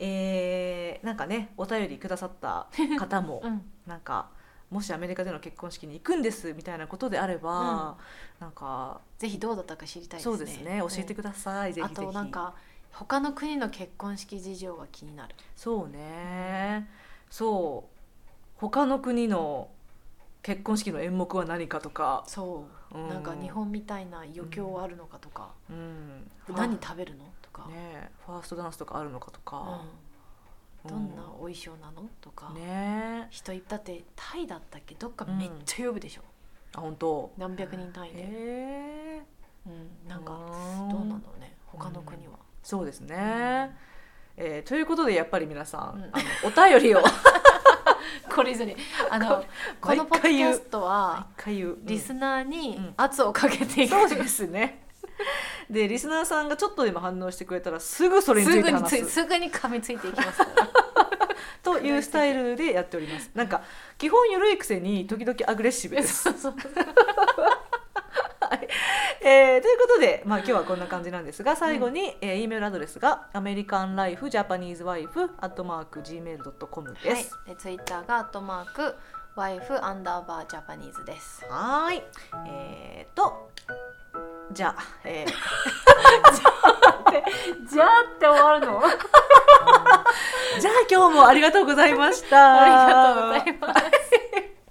Speaker 1: えーなんかねお便りくださ った方も、
Speaker 2: うん
Speaker 1: なんかもしアメリカでの結婚式に行くんですみたいなことであれば、なんか
Speaker 2: ぜひどうだったか知りたいです
Speaker 1: そ
Speaker 2: ね
Speaker 1: うですね教えてく
Speaker 2: だ
Speaker 1: ださい、ぜひ
Speaker 2: あ
Speaker 1: ぜひ
Speaker 2: となんか他の国の結婚式事情が気になる
Speaker 1: そうねそう他の国の結婚式の演目は何かとか、
Speaker 2: そう、
Speaker 1: うん
Speaker 2: なんか日本みたいな余興あるのかとか、
Speaker 1: うん、
Speaker 2: 何食べるのとか、
Speaker 1: ねえファーストダンスとかあるのかと
Speaker 2: う
Speaker 1: か、
Speaker 2: ん、どんなお衣装なのとか、
Speaker 1: うんねえ
Speaker 2: 人いだってタイだったっけどっかめっちゃ呼ぶでしょ、
Speaker 1: あ本当
Speaker 2: 何百人単位で、
Speaker 1: へえ
Speaker 2: うん、なんか
Speaker 1: ど
Speaker 2: どうなんだろうね
Speaker 1: うん
Speaker 2: 他の国は、
Speaker 1: そうですね、えーということでやっぱり皆さん、
Speaker 2: うん
Speaker 1: あのお便りを
Speaker 2: 懲りずにあのこのポッドキャストは
Speaker 1: 一回言う
Speaker 2: リス
Speaker 1: ナ
Speaker 2: ナーに
Speaker 1: うん
Speaker 2: 圧をかけていく、
Speaker 1: そうですねでリスナーさんがちょっとでも反応してくれたらすぐそれにつ
Speaker 2: す
Speaker 1: い
Speaker 2: ぐ
Speaker 1: て
Speaker 2: につ
Speaker 1: 話
Speaker 2: い
Speaker 1: す
Speaker 2: すぐに噛みついていきます から
Speaker 1: というスタイルでやっておりますなんか基本緩いくせに時々アグレッシブです、
Speaker 2: そうそう
Speaker 1: えーということで、まあ、今日はこんな感じなんですが最後に、えー、E メールアドレスがアメリカンライフジャパニーズワイフアットマーク Gmail.com
Speaker 2: は
Speaker 1: で
Speaker 2: い
Speaker 1: す、
Speaker 2: でツイッターがアットマークワイフアンダーバージャパニーズです。
Speaker 1: はーいえー、とじゃあ、えー
Speaker 2: じゃあって終わる の？
Speaker 1: じゃあ今日もありがとうございました。
Speaker 2: ありがとうございます。